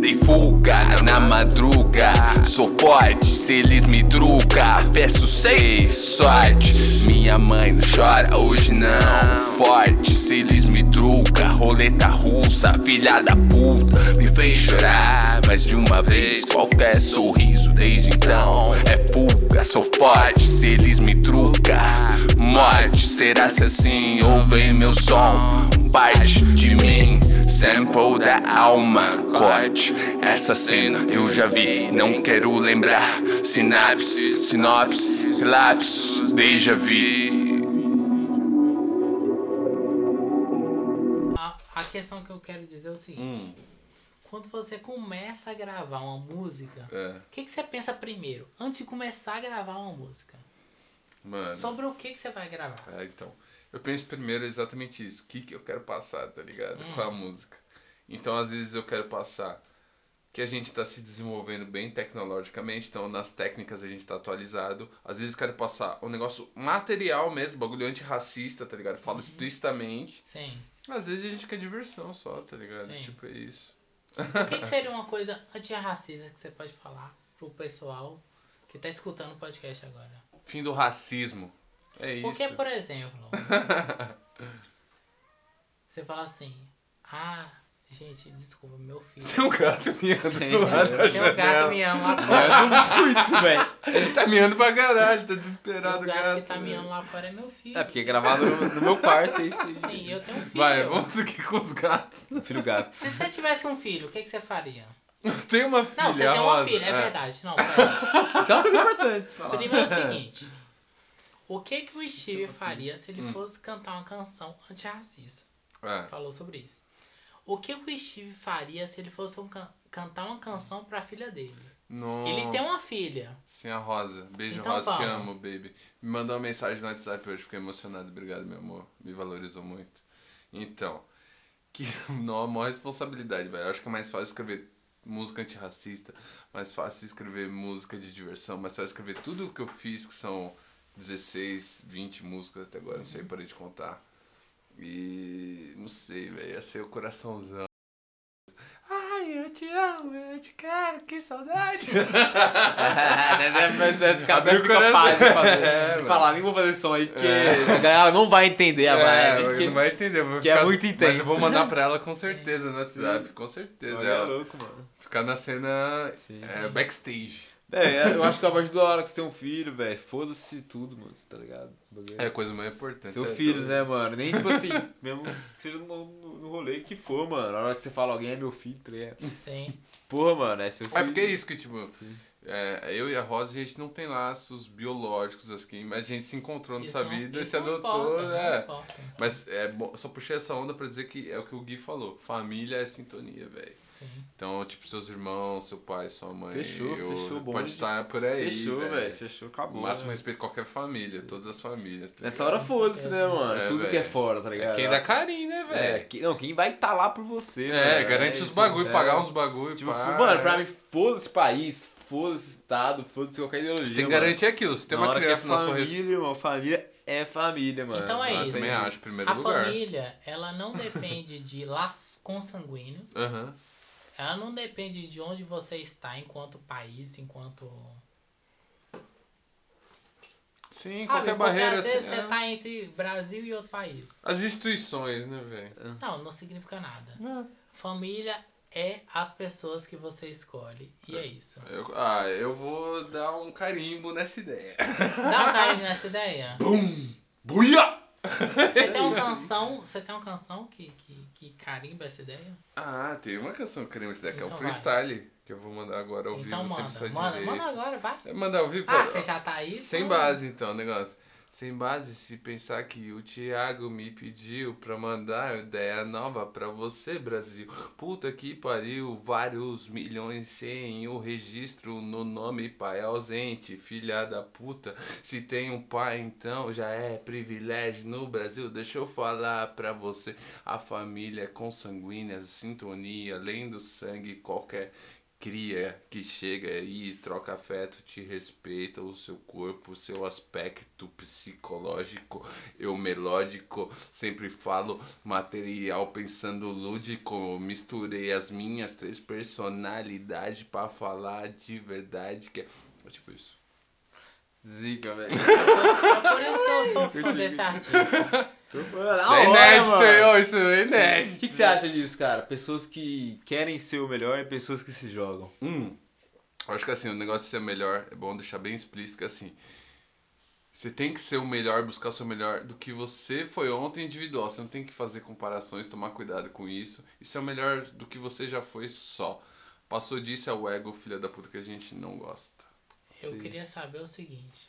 S6: Dei fuga na madruga, sou forte se eles me truca. Peço seis, sorte, minha mãe não chora hoje não. Forte se eles me truca, roleta russa, filha da puta. Me fez chorar mais de uma vez, qualquer sorriso desde então. É fuga, sou forte se eles me truca. Morte, será se assim ouvem meu som? Parte de mim. Sample da alma, corte. Essa cena eu já vi, não quero lembrar. Sinapse, sinopse, lápis, déjà vi.
S4: A, a questão que eu quero dizer é o seguinte.
S2: Hum.
S4: Quando você começa a gravar uma música,
S2: É,
S4: o que, que você pensa primeiro? Antes de começar a gravar uma música.
S2: mano.
S4: Sobre o que, que você vai gravar?
S2: É, então. Eu penso primeiro exatamente isso. O que, que eu quero passar, tá ligado?
S4: Hum.
S2: Com a música. Então, às vezes, eu quero passar que a gente está se desenvolvendo bem tecnologicamente, então nas técnicas a gente está atualizado. Às vezes eu quero passar um negócio material mesmo, bagulho antirracista, tá ligado?
S4: Uhum.
S2: Falo explicitamente.
S4: Sim.
S2: Às vezes a gente quer diversão só, tá ligado?
S4: Sim.
S2: Tipo, é isso.
S4: O que, que seria uma coisa antirracista que você pode falar pro pessoal que tá escutando o podcast agora?
S2: Fim do racismo. É isso.
S4: Porque, por exemplo, você fala assim, ah, gente, desculpa, meu filho.
S2: Tem um gato miando do lado da
S4: Meu gato
S2: janela.
S4: me ama lá fora.
S3: Muito bem.
S2: Tá miando pra caralho, tá desesperado
S4: Meu
S2: o
S4: gato
S2: gato.
S4: que tá me
S2: velho.
S4: amando lá fora é meu filho.
S3: É, porque é gravado no, no meu quarto, é isso aí.
S4: Sim, eu tenho um filho.
S2: Vai, vamos aqui com os gatos.
S3: Filho gato.
S4: Se você tivesse um filho, o que, que você faria?
S2: Tem uma filha,
S4: Não, você tem uma
S2: Rosa.
S4: filha, é, verdade. Não, pera.
S3: Isso é uma coisa importante se falar.
S4: Primeiro é o seguinte. O que, que o Steve faria se ele
S2: Hum.
S4: fosse cantar uma canção antirracista?
S2: É.
S4: falou sobre isso. O que o Steve faria se ele fosse um can- cantar uma canção pra filha dele?
S2: Não.
S4: Ele tem uma filha.
S2: Sim, a Rosa. Beijo,
S4: Então
S2: Rosa. Te
S4: fala.
S2: amo, baby. Me mandou uma mensagem no WhatsApp hoje. Fiquei emocionado. Obrigado, meu amor. Me valorizou muito. Então, que nó, maior responsabilidade, velho. Eu acho que é mais fácil escrever música antirracista, mais fácil escrever música de diversão, mais fácil escrever tudo o que eu fiz, que são 16, 20 músicas até agora, não
S4: Uhum.
S2: sei, parei de contar. E não sei, velho, ia ser o coraçãozão. Ai, eu te amo, eu te quero, que saudade.
S3: Cabelo
S2: Abriu o coração.
S3: capaz de fazer.
S2: É,
S3: É,
S2: mano.
S3: falar, nem vou fazer esse som aí, porque a galera não vai entender a
S2: É,
S3: vibe. porque-
S2: não vai entender. eu vou
S3: que é muito
S2: Mas eu
S3: intenso.
S2: vou mandar pra ela com certeza no WhatsApp, com certeza.
S3: Olha, é
S2: ela
S3: louco, mano.
S2: ficar na cena
S3: Sim.
S2: é, backstage.
S3: É, eu acho que a partir da hora que você tem um filho, velho, foda-se tudo, mano, tá ligado? O bagulho
S2: É a coisa mais importante.
S3: Seu
S2: sabe?
S3: filho, né, mano? Nem tipo assim, mesmo que seja no, no, no rolê que for, mano. A hora que você fala alguém é meu filho, tá ligado?
S4: Sim.
S3: Porra, mano, é seu filho.
S2: É porque é isso que, tipo,
S3: Sim.
S2: é, eu e a Rosa, a gente não tem laços biológicos, assim, mas a gente se encontrou
S4: Isso
S2: nessa
S3: é um
S4: não-
S2: vida e
S4: isso
S2: se
S4: não
S2: adotou,
S4: importa,
S2: né?
S4: não importa.
S2: Mas é bom- só puxei essa onda pra dizer que é o que o Gui falou. Família é sintonia, velho.
S4: Sim.
S2: Então, tipo, seus irmãos, seu pai, sua mãe.
S3: Fechou,
S2: eu-
S3: fechou, bom
S2: Pode
S3: de-
S2: estar por é aí.
S3: Fechou, velho. Fechou, acabou.
S2: Máximo
S3: né?
S2: respeito a qualquer família, todas as famílias. tá
S3: Nessa
S2: ligado?
S3: hora foda-se, né, mano?
S2: É,
S3: Tudo
S2: velho.
S3: que é fora, tá ligado?
S2: É quem dá carinho, né,
S3: É,
S2: velho?
S3: que- não, quem vai tá lá por você, mano.
S2: É, garante
S3: É
S2: os
S3: isso,
S2: bagulho,
S3: é.
S2: pagar uns bagulho.
S3: Tipo,
S2: pá,
S3: mano,
S2: é.
S3: pra mim, foda-se país, foda-se estado, foda-se qualquer ideologia.
S2: Você tem que
S3: mano.
S2: garantir aquilo. Se tem uma
S3: hora que é
S2: criança na sua
S3: família,
S2: resposta.
S3: irmão, família é família, mano.
S4: Então é
S2: Eu
S4: isso.
S2: também acho, em primeiro
S4: A
S2: lugar.
S4: família, ela não depende de laços consanguíneos.
S2: Aham.
S4: Ela não depende de onde você está enquanto país, enquanto. Sabe,
S2: Sim, qualquer
S4: porque
S2: barreira
S4: Às
S2: assim.
S4: vezes você
S2: é.
S4: tá entre Brasil e outro país.
S2: As instituições, né, velho?
S4: Não, não significa nada. Família é as pessoas que você escolhe. E é isso.
S2: Eu- ah, eu vou dar um carimbo nessa ideia.
S4: Dá um carinho nessa ideia.
S2: Buia!
S4: Você tem uma canção, você tem uma canção que, que, que carimba essa ideia?
S2: Ah, tem uma canção que queremos essa ideia, que é o
S4: Então vai.
S2: freestyle, que eu vou mandar agora ao
S4: Então
S2: vivo, sem
S4: manda,
S2: precisar
S4: manda,
S2: direito.
S4: manda agora, vai.
S2: É mandar ao vivo?
S4: Ah,
S2: pra-
S4: você já tá aí?
S2: Sem
S4: Pô.
S2: base, então, o negócio. Sem base, se pensar que o Thiago me pediu pra mandar ideia nova pra você, Brasil. Puta que pariu, vários milhões sem o registro no nome pai ausente, filha da puta. Se tem um pai, então já é privilégio no Brasil. Deixa eu falar pra você. A família é consanguínea, sintonia, além do sangue, qualquer cria que chega aí, troca afeto, te respeita o seu corpo, o seu aspecto psicológico, eu melódico, sempre falo material pensando lúdico, misturei as minhas três personalidades pra falar de verdade que é é tipo isso.
S3: Zica, velho.
S4: É por isso que eu sou fã desse artista.
S2: Isso é inédito, eu, isso é
S3: O que,
S2: inédito.
S3: que você acha disso, cara? Pessoas que querem ser o melhor e pessoas que se jogam.
S2: Hum. Eu acho que assim, o negócio de ser melhor, é bom deixar bem explícito que assim. Você tem que ser o melhor, buscar o seu melhor do que você foi ontem individual. Você não tem que fazer comparações, tomar cuidado com isso. Isso é o melhor do que você já foi só. Passou disso é o ego, filha da puta, que a gente não gosta.
S4: Eu
S3: Sim.
S4: queria saber o seguinte.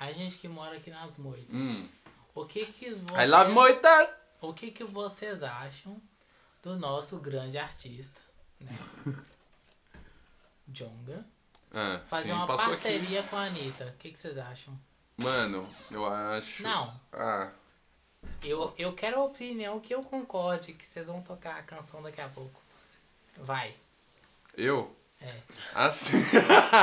S4: A gente que mora aqui nas moitas.
S2: Hum.
S4: O que que
S2: I
S4: vocês,
S2: love moitas!
S4: o que que vocês acham do nosso grande artista, né? Jonga,
S2: Ah,
S4: fazer
S2: sim,
S4: uma
S2: passou
S4: parceria com a Anitta. O que que vocês acham?
S2: aqui. Mano, eu acho.
S4: Não,
S2: Ah,
S4: eu, eu quero a opinião que eu concorde, que vocês vão tocar a canção daqui a pouco. Vai.
S2: eu?
S4: É.
S2: Assim.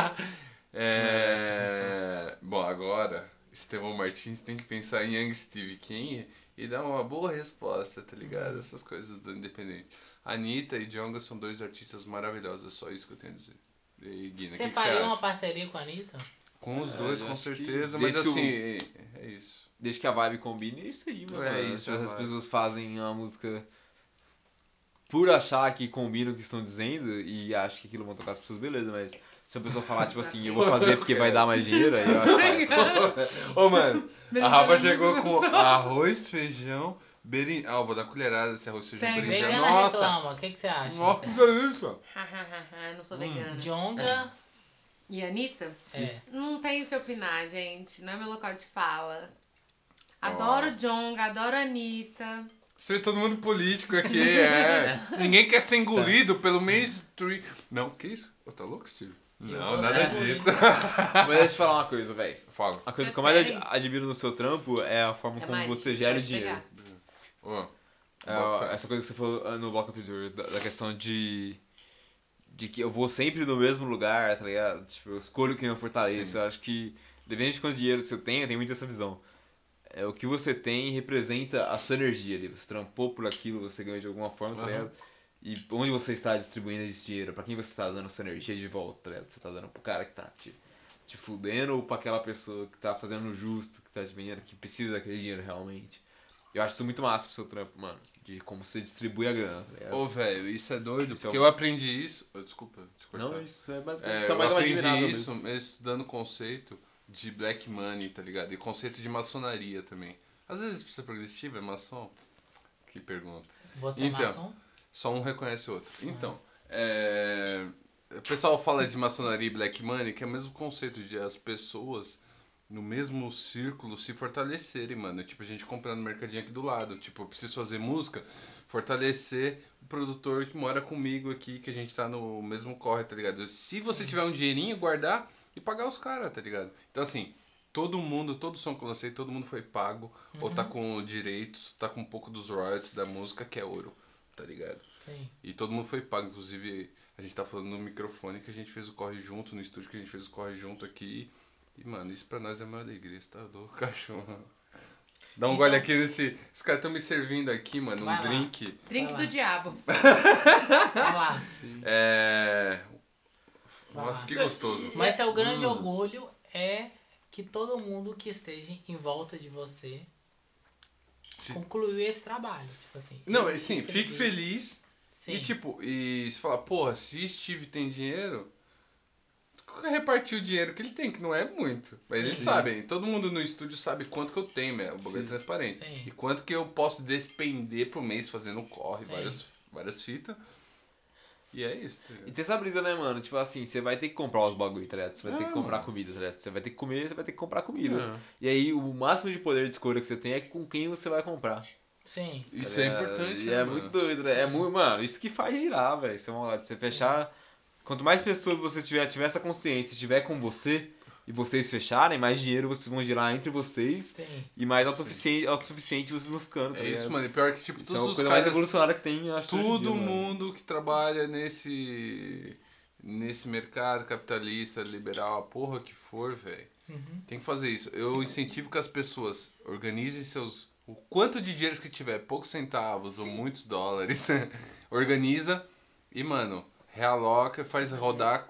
S2: é... Bom, agora, Estevão Martins tem que pensar em Young Steve King e dar uma boa resposta, tá ligado? Essas coisas do Independente. Anitta e Djonga são dois artistas maravilhosos, é só isso que eu tenho a dizer. E Guina, o que
S4: Você
S2: que você
S4: faria uma
S2: acha? Ah,
S4: parceria com a Anitta?
S2: Com os
S3: É,
S2: dois,
S3: eu
S2: com
S3: acho que
S2: certeza, mas
S3: desde que o-
S2: assim, é é isso.
S3: Desde que a vibe combine, é isso aí, mano.
S2: É isso,
S3: As
S2: vai.
S3: pessoas fazem uma música por achar que combina o que estão dizendo e acham que aquilo vão tocar as pessoas, beleza, mas se a pessoa falar, tipo assim, eu vou fazer porque vai dar mais dinheiro, aí eu acho que vai.
S2: Ô, mano, a
S5: Berenjena
S2: Rafa
S5: não
S2: chegou com
S5: passou.
S2: arroz, feijão, berinjela. Ah, eu vou dar colherada desse arroz, feijão,
S5: Tem
S2: berinjela.
S4: Vegana
S2: Nossa,
S4: reclama, o que que você acha?
S2: nossa, que delícia.
S5: Hahaha, eu não sou
S2: Hum.
S5: vegana.
S4: Jonga,
S5: E Anitta?
S4: é.
S5: Não tenho o que opinar, gente. Não é meu local de fala. Adoro o Jonga, adoro a Anitta.
S2: Você vê todo mundo político aqui, é. Ninguém quer ser engolido
S3: Tá.
S2: pelo mainstream. Não, que isso? Ô, tá louco, Steve? Não,
S4: você
S2: nada
S4: é
S2: disso.
S3: Mas deixa eu te falar uma coisa, velho.
S2: Fala.
S3: A coisa que eu
S5: Prefere.
S3: mais ad- admiro no seu trampo é a forma
S5: É
S3: como
S5: mais
S3: você
S5: difícil
S3: gera o
S5: de
S3: dinheiro.
S5: pegar.
S2: Ó,
S3: É,
S2: Boto fé.
S3: essa coisa que você falou ah, no Block of the Door, da, da questão de. De que eu vou sempre no mesmo lugar, tá ligado? Tipo, eu escolho quem eu fortaleço. Eu acho que, dependendo de quanto dinheiro você tem, tem muito essa visão. É, o que você tem representa a sua energia ali. Você trampou por aquilo, você ganhou de alguma forma, tá
S2: Aham.
S3: ligado? E onde você está distribuindo esse dinheiro? Pra quem você tá dando a sua energia de volta, tá ligado? Você tá dando pro cara que tá te, te fudendo ou pra aquela pessoa que tá fazendo o justo, que tá te vendendo, que precisa daquele dinheiro realmente. Eu acho isso muito massa pro seu trampo, mano. De como você distribui a grana, tá ligado?
S2: Ô, velho, isso é doido,
S3: Isso é
S2: porque
S3: um-
S2: eu aprendi isso. Ô, Desculpa, te cortar.
S3: Não, isso é basicamente
S2: É,
S3: só
S2: eu
S3: mais uma admirável
S2: aprendi
S3: mesmo.
S2: isso estudando conceito de black money, tá ligado? E conceito de maçonaria também. Às vezes, pra ser progressivo, é maçom? Que pergunta.
S4: Você
S2: Então.
S4: é maçom?
S2: Só um reconhece o outro. Então, é, o pessoal fala de maçonaria e black money, que é o mesmo conceito de as pessoas no mesmo círculo se fortalecerem, mano. Tipo, a gente comprando no mercadinho aqui do lado. Tipo, eu preciso fazer música, fortalecer o produtor que mora comigo aqui, que a gente tá no mesmo corre, tá ligado? Se você tiver um dinheirinho, guardar e pagar os caras, tá ligado? Então, assim, todo mundo, todo som que eu lancei, todo mundo foi pago, ou tá com direitos, tá com um pouco dos royalties da música, que é ouro, tá ligado?
S4: Sim.
S2: E todo mundo foi pago, inclusive a gente tá falando no microfone que a gente fez o corre junto, no estúdio que a gente fez o corre junto aqui. E, mano, isso pra nós é a maior alegria, você tá louco, cachorro. Dá um gole aqui nesse. Os caras tão me servindo aqui, mano, um
S4: Então- Vai lá.
S2: drink.
S5: Drink do diabo.
S4: Vai lá.
S2: É.
S4: Vai
S2: Nossa,
S4: lá.
S2: que Hum. gostoso.
S4: Mas seu grande orgulho é que todo mundo que esteja em volta de você
S2: Se-
S4: concluiu esse trabalho. Tipo assim.
S2: Não, assim, fique feliz.
S4: Sim.
S2: E tipo, e se falar, porra, se Steve tem dinheiro, repartir o dinheiro que ele tem, que não é muito. Mas
S4: Sim.
S2: eles sabem, todo mundo no estúdio sabe quanto que eu tenho, né? O bagulho é transparente.
S4: Sim.
S2: E quanto que eu posso despender pro mês fazendo um corre,
S4: Sim.
S2: várias, várias fitas. E é isso. tá
S3: E
S2: ligado?
S3: tem essa brisa, né, mano? Tipo assim, você vai ter que comprar os bagulho, tá ligado? Você vai ter que
S2: É,
S3: comprar comida, tá ligado? Você vai ter que comer, você vai ter que comprar comida. E aí, o máximo de poder de escolha que você tem é com quem você vai comprar.
S4: Sim.
S2: Isso é,
S3: ligado?
S2: importante,
S3: E
S2: né,
S3: é
S2: mano?
S3: muito doido, né? É muito, mano, isso que faz girar, velho. Isso é uma maldade. Você fechar. Quanto mais pessoas você tiver, tiver essa consciência, tiver com você e vocês fecharem, mais dinheiro vocês vão girar entre vocês
S4: Sim.
S3: e mais autossuficiente, autossuficiente vocês vão ficando, tá
S2: É
S3: ligado?
S2: isso, mano. E pior que, tipo,
S3: Isso é
S2: todos
S3: uma
S2: os
S3: coisa mais
S2: caras.
S3: revolucionária que tem, eu acho. hoje em
S2: Todo
S3: dia, mano.
S2: mundo que trabalha nesse nesse mercado capitalista, liberal, a porra que for, velho. Tem que fazer isso. Eu incentivo que as pessoas organizem seus o quanto de dinheiro que tiver, poucos centavos ou muitos dólares, né? organiza e, mano, realoca, faz rodar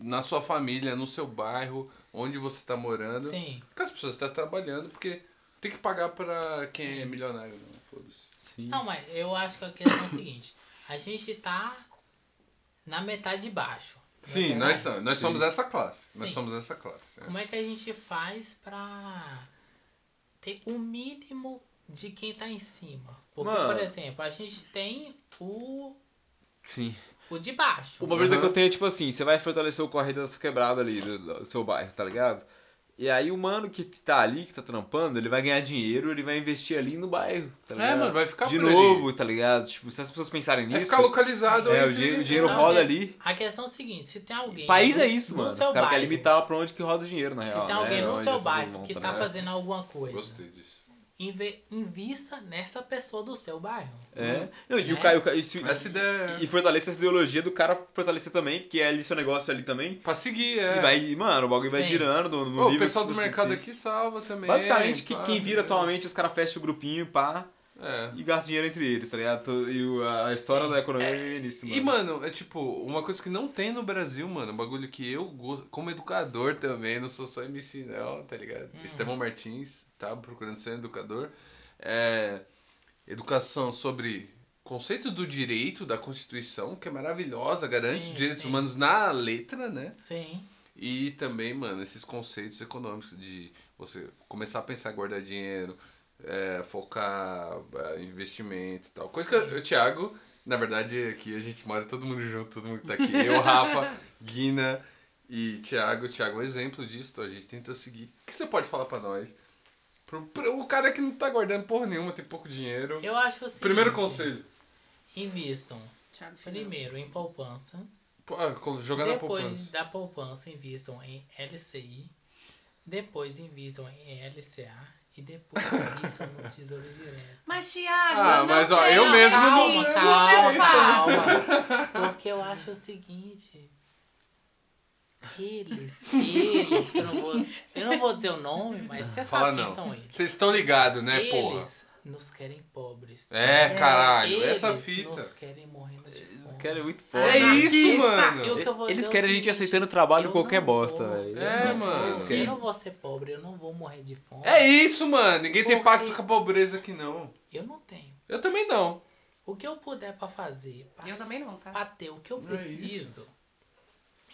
S2: na sua família, no seu bairro, onde você tá morando.
S4: Sim.
S2: Porque as pessoas estão trabalhando, porque tem que pagar pra quem é milionário, não, foda-se.
S3: Sim.
S4: Não, mas eu acho que a questão é o seguinte. A gente tá na metade de baixo.
S2: É. Sim, nós, somos- nós somos essa classe. Nós
S4: Sim.
S2: somos essa classe. é.
S4: Como é que a gente faz pra ter o mínimo de quem tá em cima? Porque,
S3: Mano.
S4: por exemplo, a gente tem o,
S3: Sim.
S4: o de baixo.
S3: Uma brisa que eu tenho é tipo assim, você vai fortalecer o correio dessa quebrada ali do, do seu bairro, tá ligado? E aí o mano que tá ali, que tá trampando, ele vai ganhar dinheiro, ele vai investir ali no bairro, tá
S2: É,
S3: ligado?
S2: mano, vai ficar
S3: De
S2: por ali.
S3: novo, tá ligado? Tipo, se as pessoas pensarem nisso...
S2: Vai ficar localizado.
S3: É,
S2: entre-
S3: o dinheiro- o dinheiro
S4: Então,
S3: roda
S4: a que-
S3: ali.
S4: A questão é a seguinte, se tem alguém.
S3: País
S4: no-
S3: é isso,
S4: no
S3: mano. Os
S4: seu
S3: caras querem
S4: bairro,
S3: limitar pra onde que roda o dinheiro, na real,
S4: Se tem
S3: né?
S4: alguém no
S3: Onde
S4: seu
S3: as pessoas
S4: bairro
S3: vão,
S4: que tá
S3: ligado?
S4: fazendo alguma coisa,
S2: Gostei disso.
S4: inve- invista nessa pessoa do seu bairro.
S3: É. Não, e o
S4: É.
S3: cara... o cara- e se-
S2: né? Essa ideia é-
S3: E fortalece essa ideologia do cara fortalecer também, porque é ali seu negócio ali também.
S2: pra seguir,
S3: E
S2: é.
S3: vai, mano, o bagulho vai
S4: Sim.
S3: girando no, no
S2: Ô, o
S3: nível
S2: pessoal
S3: que
S2: do
S3: você
S2: mercado
S3: sente.
S2: aqui salva também.
S3: Basicamente, que,
S2: pá,
S3: quem vira
S2: né?
S3: atualmente, os caras fecham o grupinho, pá,
S2: É.
S3: e gastam dinheiro entre eles, tá ligado? Tu- E o- a história da economia é nisso, mano.
S2: E, mano, é tipo, uma coisa que não tem no Brasil, mano, um bagulho que eu gosto, como educador também, não sou só MC, não, tá ligado? Estevão Martins, tá procurando ser um educador. É, educação sobre conceitos do direito, da Constituição, que é maravilhosa, garante
S4: Sim,
S2: os direitos
S4: sim.
S2: humanos na letra, né?
S4: Sim.
S2: E também, mano, esses conceitos econômicos de você começar a pensar em guardar dinheiro, é, focar é, investimento e tal. Coisa que eu- o Thiago, na verdade, aqui a gente mora todo mundo junto, todo mundo que tá aqui. Eu, Rafa, Guina e Thiago. O Thiago é um exemplo disso, então a gente tenta seguir. O que você pode falar pra nós? Pro, pro- o cara que não tá guardando porra nenhuma, tem pouco dinheiro.
S4: Eu acho assim.
S2: Primeiro conselho.
S4: Invistam
S5: Thiago Fernandes.
S4: primeiro em poupança.
S2: pô, ah, col- Jogar na
S4: Depois
S2: poupança.
S4: da poupança, invistam em LCI. Depois invistam em LCA. E depois isso no Tesouro Direto.
S5: Mas, Thiago,
S2: Ah,
S5: eu não
S2: mas, ó,
S5: sei,
S2: eu
S5: não.
S2: mesmo
S5: calma,
S2: não-
S5: Calma, é
S2: eu não
S5: calma.
S4: calma. Porque eu acho o seguinte. Eles, eles, que eu não vou. Eu não vou dizer o nome, mas você
S2: Fala
S4: sabe quem
S2: não.
S4: são eles.
S2: Vocês estão ligados, né, porra?
S4: então. Eles nos querem pobres.
S2: É, caralho,
S4: Eles
S2: essa
S4: Nos
S2: fita.
S4: querem morrendo de fome.
S3: Cara, é muito
S5: nos-
S2: É
S3: pobre.
S2: isso,
S5: Anarquista.
S4: E o
S2: mano.
S4: que eu vou
S3: Eles
S4: dizer é o
S3: querem a gente
S4: seguinte,
S3: aceitando trabalho
S4: eu
S3: qualquer
S4: não vou-
S3: bosta, velho.
S2: É,
S3: Eles não-
S2: mano.
S3: eles
S4: Eu
S3: querem-
S4: não vou ser pobre, eu não vou morrer de fome.
S2: É isso, mano. Ninguém tem
S4: Porque-
S2: pacto com a pobreza aqui, não.
S4: Eu não tenho.
S2: Eu também não.
S4: O que eu puder pra fazer, pra,
S5: Eu também não, tá?
S4: pra ter o que eu
S2: Não é
S4: preciso.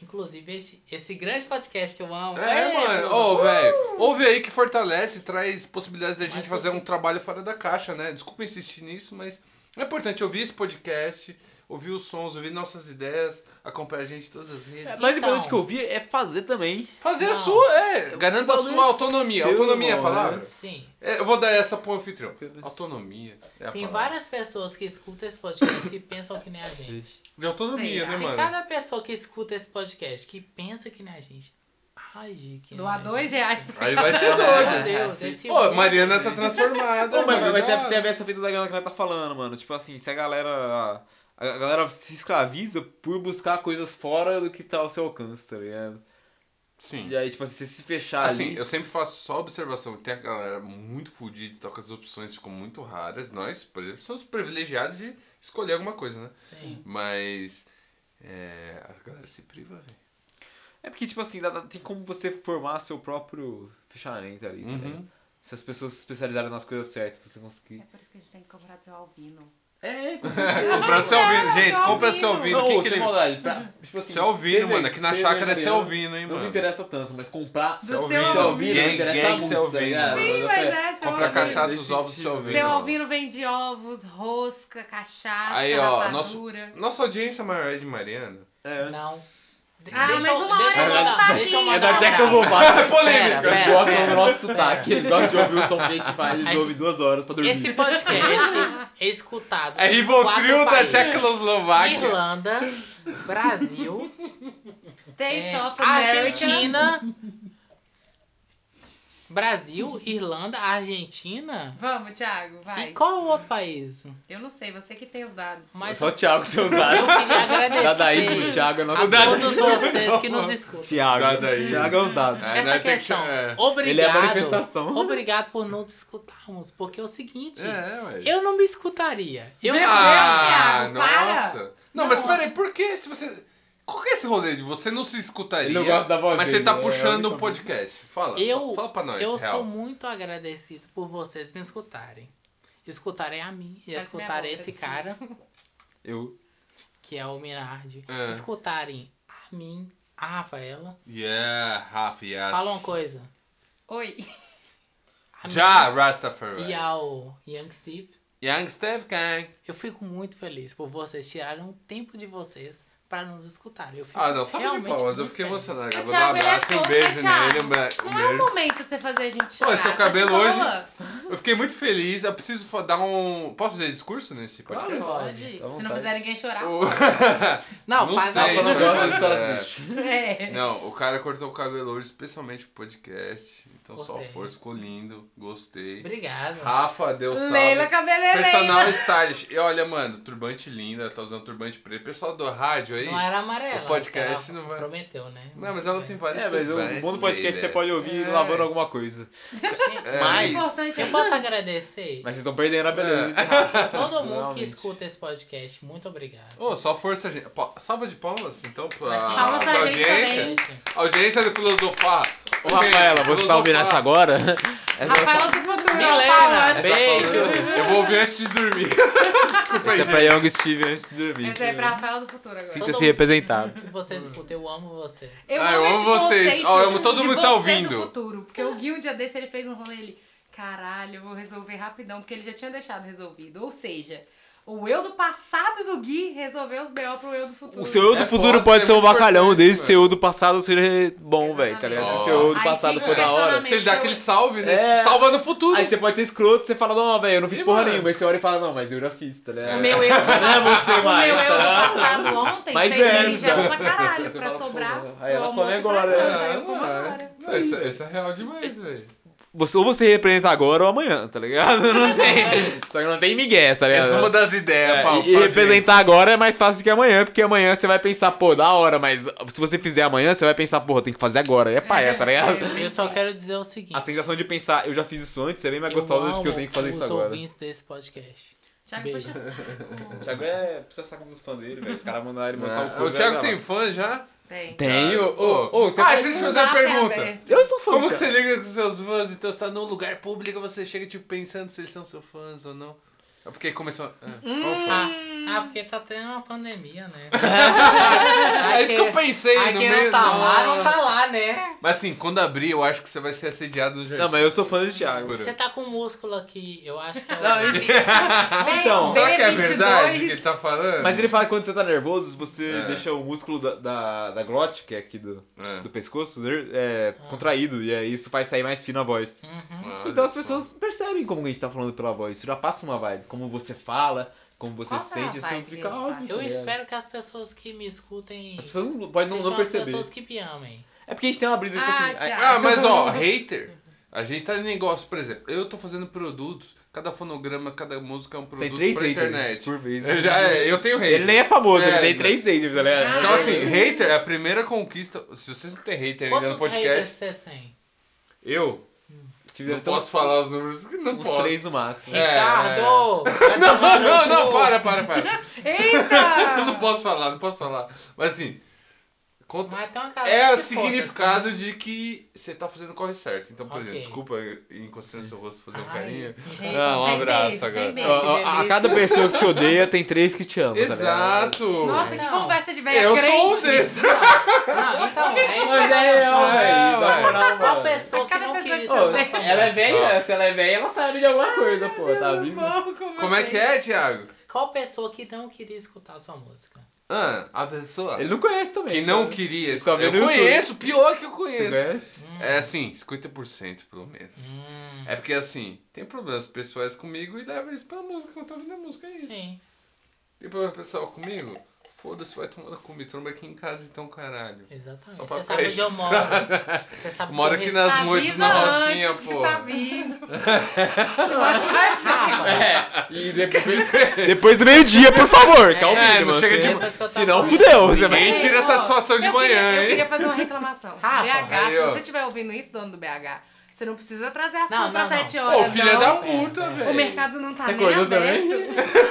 S4: Inclusive, esse, esse grande podcast que eu amo.
S2: É, mano. Ô, velho. Ouve aí que fortalece, traz possibilidades da gente
S4: Mas
S2: fazer
S4: você-
S2: um trabalho fora da caixa, né? Desculpa insistir nisso, mas é importante ouvir esse podcast, ouvir os sons, ouvir nossas ideias, acompanhar a gente em todas as redes.
S3: É, Mas o importante
S4: Então.
S3: que eu vi é fazer também.
S2: Fazer a
S4: Não.
S2: sua, é. Garanta a
S3: bagulho
S2: sua
S3: é
S2: autonomia.
S3: seu,
S2: autonomia é a
S3: mano,
S2: palavra?
S4: Sim.
S2: É, eu vou dar essa pro anfitrião. Autonomia é a
S4: Tem
S2: palavra.
S4: várias pessoas que escutam esse podcast e pensam que nem a gente.
S2: De autonomia,
S5: Sei,
S3: É,
S2: né,
S5: se
S2: mano?
S4: Se assim, cada pessoa que escuta esse podcast que pensa que nem a gente, age que nem
S5: Doar
S4: a
S5: dois
S4: gente.
S5: reais.
S2: Aí vai ser
S4: Meu
S2: é doido.
S4: Deus, esse
S2: Pô,
S4: mundo-
S2: Mariana tá transformada.
S3: Pô, mas,
S2: mano,
S3: mas
S2: da
S3: é, tem a
S2: hora.
S3: ver essa fita da galera que ela tá falando, mano. Tipo assim, se a galera. A a galera se escraviza por buscar coisas fora do que tá ao seu alcance, tá ligado?
S2: Sim.
S3: E aí, tipo assim, você se fechar
S2: Assim,
S3: ali.
S2: eu sempre faço só observação. Tem a galera muito fodida e tal, que as opções ficam muito raras. Nós, por exemplo, somos privilegiados de escolher alguma coisa, né?
S4: Sim.
S2: Mas. É, a galera se priva, velho.
S3: É porque, tipo assim, dá- dá- tem como você formar seu próprio fechamento ali,
S2: Uhum.
S3: tá ligado? Se as pessoas se especializarem nas coisas certas, você conseguir.
S5: É por isso que a gente tem que comprar do seu Alvino.
S3: É,
S2: Comprar seu ouvido, gente,
S5: tá
S2: compra seu
S5: ouvindo.
S2: ouvido.
S3: não,
S2: Que que
S3: sem
S2: ele...
S3: maldade. Pra, tipo assim,
S2: Seu ouvido,
S3: ser
S2: mano. Aqui na
S3: ser
S2: chácara é seu
S3: vegetariano
S2: ouvido, hein,
S3: Não me
S2: mano.
S3: interessa tanto, mas comprar
S5: Do seu
S2: ouvido.
S3: seu ouvido não
S2: Gang,
S3: interessa
S2: gang,
S3: muito,
S2: seu
S3: tá
S2: ouvido.
S3: ligado?
S5: Sim, mas é, seu
S2: Compra
S5: ouvido.
S2: cachaça, os
S3: Nesse
S2: ovos do seu
S3: sentido.
S2: ouvido.
S5: Seu Alvino vende ovos, rosca, cachaça,
S2: Aí, ó, nosso,
S5: rapadura.
S2: nossa audiência maior é de Mariana.
S3: É.
S4: Não. De-
S5: Ah, mas uma hora
S4: deixa eu
S5: ele não
S4: mandar-
S5: tá
S4: deixa eu
S5: aqui.
S4: mandar
S5: É da
S4: um
S5: Jack
S4: abraço.
S2: É polêmica.
S4: Pera,
S3: Eles
S4: pera,
S3: gostam do
S4: pera,
S3: nosso
S4: pera.
S3: sotaque, eles gostam de ouvir o som que a gente faz, eles
S4: Aí-
S3: ouvem duas horas pra dormir.
S4: Esse podcast é escutado
S2: É
S4: em
S2: Rivotril
S4: quatro
S2: da
S4: países.
S2: Tchecoslováquia.
S4: Irlanda, Brasil,
S5: States
S4: é,
S5: of America.
S4: Argentina. Brasil, Irlanda, Argentina.
S5: Vamos, Thiago, vai.
S4: E qual o outro país?
S5: Eu não sei, você que tem os dados.
S3: É
S4: Mas
S3: Só
S4: eu
S3: o Thiago que tem os
S4: queria
S3: dados.
S4: agradecer
S3: Dadaísmo, Thiago é nosso
S4: a todos
S3: Dadaísmo.
S4: vocês que nos escutam.
S3: Thiago.
S2: Dadaísmo.
S3: Thiago é os dados.
S2: É.
S4: Essa
S2: nós tem que-
S4: questão.
S2: é.
S4: Obrigado.
S3: Ele é a manifestação.
S4: Obrigado por nos escutarmos. Porque é o seguinte,
S2: É, ué.
S4: eu não me escutaria. Eu
S5: Meu
S2: Ah,
S5: Deus, Thiago, para.
S2: nossa. Não, mas peraí, por que se você... Qual que é esse rolê de você não se escutaria?
S3: Ele não gosta da voz
S2: Mas você
S3: dele,
S2: tá
S3: né?
S2: puxando
S3: É
S2: o
S3: a única
S2: podcast. Fala.
S4: Eu,
S2: fala pra nós,
S4: eu
S2: real.
S4: sou muito agradecido por vocês me escutarem. Escutarem a mim e
S5: Parece
S4: escutarem
S5: minha boca,
S4: esse
S5: assim.
S4: cara,
S3: Eu.
S4: que é o Minardi.
S2: É.
S4: Escutarem a mim, a Rafaela.
S2: Yeah, Rafa, yes.
S4: Fala uma coisa.
S5: Oi.
S4: A mim
S2: Já, Rastafari.
S4: E ao Young Steve.
S2: Young Steve Gang.
S4: Eu fico muito feliz por vocês tirarem um tempo de vocês pra nos escutarem. Eu fico
S2: Ah, não, sabe de
S4: realmente
S2: palmas, eu
S4: muito
S2: fiquei
S4: feliz.
S2: emocionado.
S5: O
S2: Eu vou dar um
S5: Thiago, ele é
S2: abraço, um
S5: fofo,
S2: beijo
S5: né,
S2: nele,
S5: Thiago?
S2: um bra- um
S5: Não é o
S2: beijo.
S5: momento de você fazer a gente chorar.
S2: Pô, seu
S5: tá
S2: cabelo
S5: de boa.
S2: hoje- Eu fiquei muito feliz, eu preciso fa- dar um... Posso fazer discurso nesse podcast?
S5: Pode.
S2: Então
S3: Dá
S5: Se não
S3: vontade.
S5: fizer ninguém chorar.
S2: O-
S4: Não,
S2: Não
S4: faz
S2: sei,
S4: algo.
S3: Eu não
S2: isso
S3: gosto da
S2: é-
S3: história triste.
S5: É.
S2: Não, o cara cortou o cabelo hoje, especialmente pro podcast. Então só
S4: Cortei.
S2: força, ficou lindo, gostei.
S4: Obrigado.
S2: Rafa, deu salve.
S5: Leila
S2: Personal
S5: Cabeleireira.
S2: stylist. E olha, mano, turbante linda, tá usando turbante preto. Pessoal do rádio aí.
S4: Não é era amarela.
S2: O podcast
S4: ela
S2: não vai-
S4: Prometeu, né?
S2: Não, mas ela tem vários
S3: É, mas o
S2: turbantes,
S3: bom do podcast
S2: baby.
S3: você pode ouvir
S2: É.
S3: lavando alguma coisa.
S2: É.
S4: Mas-
S5: Importante
S4: Eu posso agradecer
S3: Mas vocês estão perdendo a beleza. de-
S4: a todo mundo
S3: Realmente.
S4: que escuta esse podcast. Muito obrigado.
S2: tá Ô, só força, gente. Pa- Salva de palmas, então, pra,
S5: Palmas pra gente
S2: audiência.
S5: também.
S2: Audiência do Filosofar.
S3: Ô, Rafaela, você tá ouvindo essa agora? Essa
S5: Rafaela do futuro.
S4: Milena,
S5: palmas.
S3: é
S4: beijo.
S2: Eu vou ouvir antes de dormir. Desculpa aí,
S3: essa é pra
S2: gente.
S3: Young Steve antes de dormir.
S5: Essa é pra Rafaela do futuro agora.
S4: Todo
S3: Sinta-se
S4: mundo-
S3: representado.
S4: Que vocês escutam, eu amo vocês.
S5: Eu
S2: Ah, eu amo
S5: esse
S2: vocês.
S5: conceito
S2: Ó, eu amo todo
S5: de
S2: mundo que tá
S5: você
S2: ouvindo.
S5: do futuro, porque o Gil, um dia desse, ele fez um rolê, ele... Caralho, eu vou resolver rapidão, porque ele já tinha deixado resolvido. Ou seja, o eu do passado do Gui resolveu os B.O. pro eu do futuro.
S3: O seu eu do
S2: É
S3: futuro
S2: foda,
S3: pode
S2: é
S3: ser um
S2: muito
S3: bacalhão,
S2: importante,
S3: desde que
S2: mano.
S3: seu eu do passado seja bom, velho, tá ligado?
S5: Exatamente.
S3: Se o seu eu do
S5: Aí
S3: passado
S5: fica
S3: for
S5: o
S3: da hora.
S5: questionamento.
S2: Se ele dá aquele salve, né?
S3: É.
S2: Te salva no futuro.
S3: Aí você pode ser escroto, você fala, não, velho, eu não fiz
S2: E,
S3: porra
S2: mano?
S3: nenhuma. Aí você olha e fala, não, mas eu já fiz, tá ligado?
S5: O meu eu do passado,
S3: Não é você
S5: o meu
S3: mais,
S5: eu do
S3: tá?
S5: passado ontem
S3: Mas
S5: fez
S3: é,
S5: ele
S3: tá?
S5: já
S2: então.
S5: pra caralho,
S3: Você
S5: pra
S3: fala,
S5: sobrar.
S3: porra, aí ela
S5: pro almoço
S3: come
S5: e pra
S3: agora,
S5: janta,
S3: né?
S5: aí eu como
S2: Ah,
S5: agora.
S2: Não, Isso, isso é real demais, velho.
S3: você, ou você representa agora ou amanhã, tá ligado? Não tem. só que não tem migué, tá ligado?
S2: Essa é uma das ideias,
S3: É,
S2: Paulo.
S3: e representar agora é mais fácil que amanhã, porque amanhã você vai pensar, pô, da hora, mas se você fizer amanhã, você vai pensar, porra, tem que fazer agora. E é paia, tá ligado?
S4: Eu só quero dizer o seguinte.
S3: A sensação de pensar, eu já fiz isso antes,
S2: tá
S3: é bem mais gostosa do que eu
S4: amo
S3: tenho que fazer isso
S4: os
S3: agora.
S4: ouvintes desse podcast.
S5: Thiago
S4: Beijo.
S5: puxa saco.
S3: Thiago é. Precisa sacar dos fãs dele, velho. Os caras mandaram ele mostrar
S2: Ah, o Thiago tem fã já?
S5: Tem.
S3: Tenho. Ô, ô, você
S2: ah,
S3: faz-
S2: deixa eu te
S5: Um
S2: fazer uma
S5: zap é
S2: pergunta.
S5: aberto.
S3: Eu sou fã
S2: Como
S3: do
S2: que
S3: Thiago.
S2: você liga com seus fãs? Então você tá num lugar público, você chega tipo pensando se eles são seus fãs ou não. É porque começou. Ah, qual foi?
S4: Ah, ah, porque tá tendo uma pandemia, né?
S2: É isso que eu pensei
S4: Aí
S2: no
S4: quem
S2: meio.
S4: não tá lá,
S2: Nossa.
S4: não tá lá, né?
S2: Mas assim, quando abrir, eu acho que você vai ser assediado no jardim.
S3: Não, mas eu sou fã do Thiago.
S4: Você tá com músculo aqui, eu acho que é o...
S3: Então,
S2: Será que é
S5: B22?
S2: verdade que ele tá falando?
S3: Mas ele fala que quando você tá nervoso, você
S2: É.
S3: deixa o músculo da, da, da glote, que é aqui do,
S2: É.
S3: do pescoço, ner- é, contraído, e aí isso faz sair mais fino a voz.
S2: Olha
S3: Então as
S2: só.
S3: pessoas percebem como a gente tá falando pela voz. Isso já passa uma vibe. Como você fala, como você
S5: Qual será a
S3: sente, isso
S5: vibe que
S3: fica
S5: eles
S3: óbvio.
S5: passam?
S4: Eu
S3: tá ligado?
S4: espero que as pessoas que me escutem
S3: As pessoas não, podem não,
S4: sejam
S3: não
S4: as
S3: perceber.
S4: pessoas que me amem.
S3: É porque a gente tem uma brisa, tipo
S5: Ah,
S3: assim...
S5: Thiago.
S3: ai-
S2: Ah, mas ó, hater. A gente tá em negócio, por exemplo, eu tô fazendo produtos, cada fonograma, cada música é um produto
S3: Tem três
S2: pra
S3: haters
S2: internet.
S3: por vez.
S2: Eu, já, é, eu tenho hater.
S3: Ele nem é famoso,
S2: É,
S3: ele tem
S2: né?
S3: três haters, galera.
S2: Então assim, hater é a primeira conquista. Se vocês não têm hater ainda
S4: Quantos
S2: no
S4: haters
S2: podcast,
S4: você tem?
S2: eu
S3: Tive
S2: não
S3: até
S2: posso
S3: uns,
S2: falar os números que não
S3: uns
S2: posso.
S3: três no máximo.
S2: É.
S4: Ricardo! vai
S2: Não,
S4: tomar no
S2: não, não,
S4: cu.
S2: para, para, para. Eu não
S5: Eita!
S2: posso falar, não posso falar. Mas assim, conta,
S4: Mas tem uma cara
S2: É o
S4: Ah, que assim.
S2: significado de que você tá fazendo a coisa certa. Então, por
S4: Ok.
S2: exemplo, desculpa encostar no seu rosto fazer um
S4: Ai.
S2: carinho.
S5: Gente,
S2: Ah, um
S5: sem
S2: abraço
S5: beijo,
S2: agora.
S5: Sem beijo.
S3: Ó, ó, a cada pessoa que te odeia tem três que te amam. tá ligado?
S2: Exato!
S5: Nossa, que
S4: Não.
S5: conversa de velho
S2: eu
S5: crente.
S2: sou um
S4: foda-se.
S2: desses.
S4: Não, então, é
S3: Mas
S4: isso que eu
S3: é
S4: quero
S3: eu,
S4: falar.
S3: velho. Na
S2: velho.
S3: moral,
S4: Tal
S3: mano.
S4: pessoa que
S5: Cada
S4: não
S5: pessoa
S4: queria
S5: que
S4: ser
S5: eu-
S4: abraçada.
S3: Ela é velha,
S2: Ó.
S3: se ela é velha, ela sabe de alguma coisa, pô, tá vindo.
S2: Como é que é, Thiago?
S4: Qual pessoa que não queria escutar a sua música?
S2: Ah, a pessoa.
S3: Ele não conhece também.
S2: Que não queria.
S3: Só vê
S2: Eu
S3: no YouTube.
S2: conheço, pior que eu
S3: Você
S2: conheço.
S3: conhece?
S2: É assim, 50% pelo menos. É porque assim, tem problemas pessoais comigo e leva isso pra música, quando eu tô ouvindo a música, é isso.
S4: Sim.
S2: Tem problema pessoal comigo? Foda-se, vai tomando comigo. Tromba aqui em casa então, caralho.
S4: Exatamente.
S2: Só pra
S4: Você sabe onde eu moro. Você sabe
S2: Moro
S4: que
S2: aqui
S4: eu
S2: nas
S4: respeito.
S2: moitas na Rocinha, pô.
S5: Tá vindo.
S3: E depois, depois do meio-dia, por favor, que é o
S2: É,
S3: mínimo.
S2: não chega
S3: assim.
S2: de-
S4: Depois que eu tava-
S3: Se não, fudeu. Você vai...
S2: Ninguém tira essa
S5: Ó,
S2: situação de
S5: eu
S2: manhã,
S5: queria- Eu
S2: hein?
S5: queria fazer uma reclamação.
S4: Rafa,
S5: BH,
S2: aí,
S5: se
S2: ó.
S5: você estiver ouvindo isso, dono do BH, você não precisa trazer as
S4: Não,
S5: contas
S4: não,
S5: às 7
S4: não.
S5: horas.
S2: Ô, filha
S5: não. é
S2: da puta, velho.
S5: O mercado não tá
S3: Você
S5: nem
S4: Ah,
S3: acordou
S5: aberto.
S4: é
S3: também?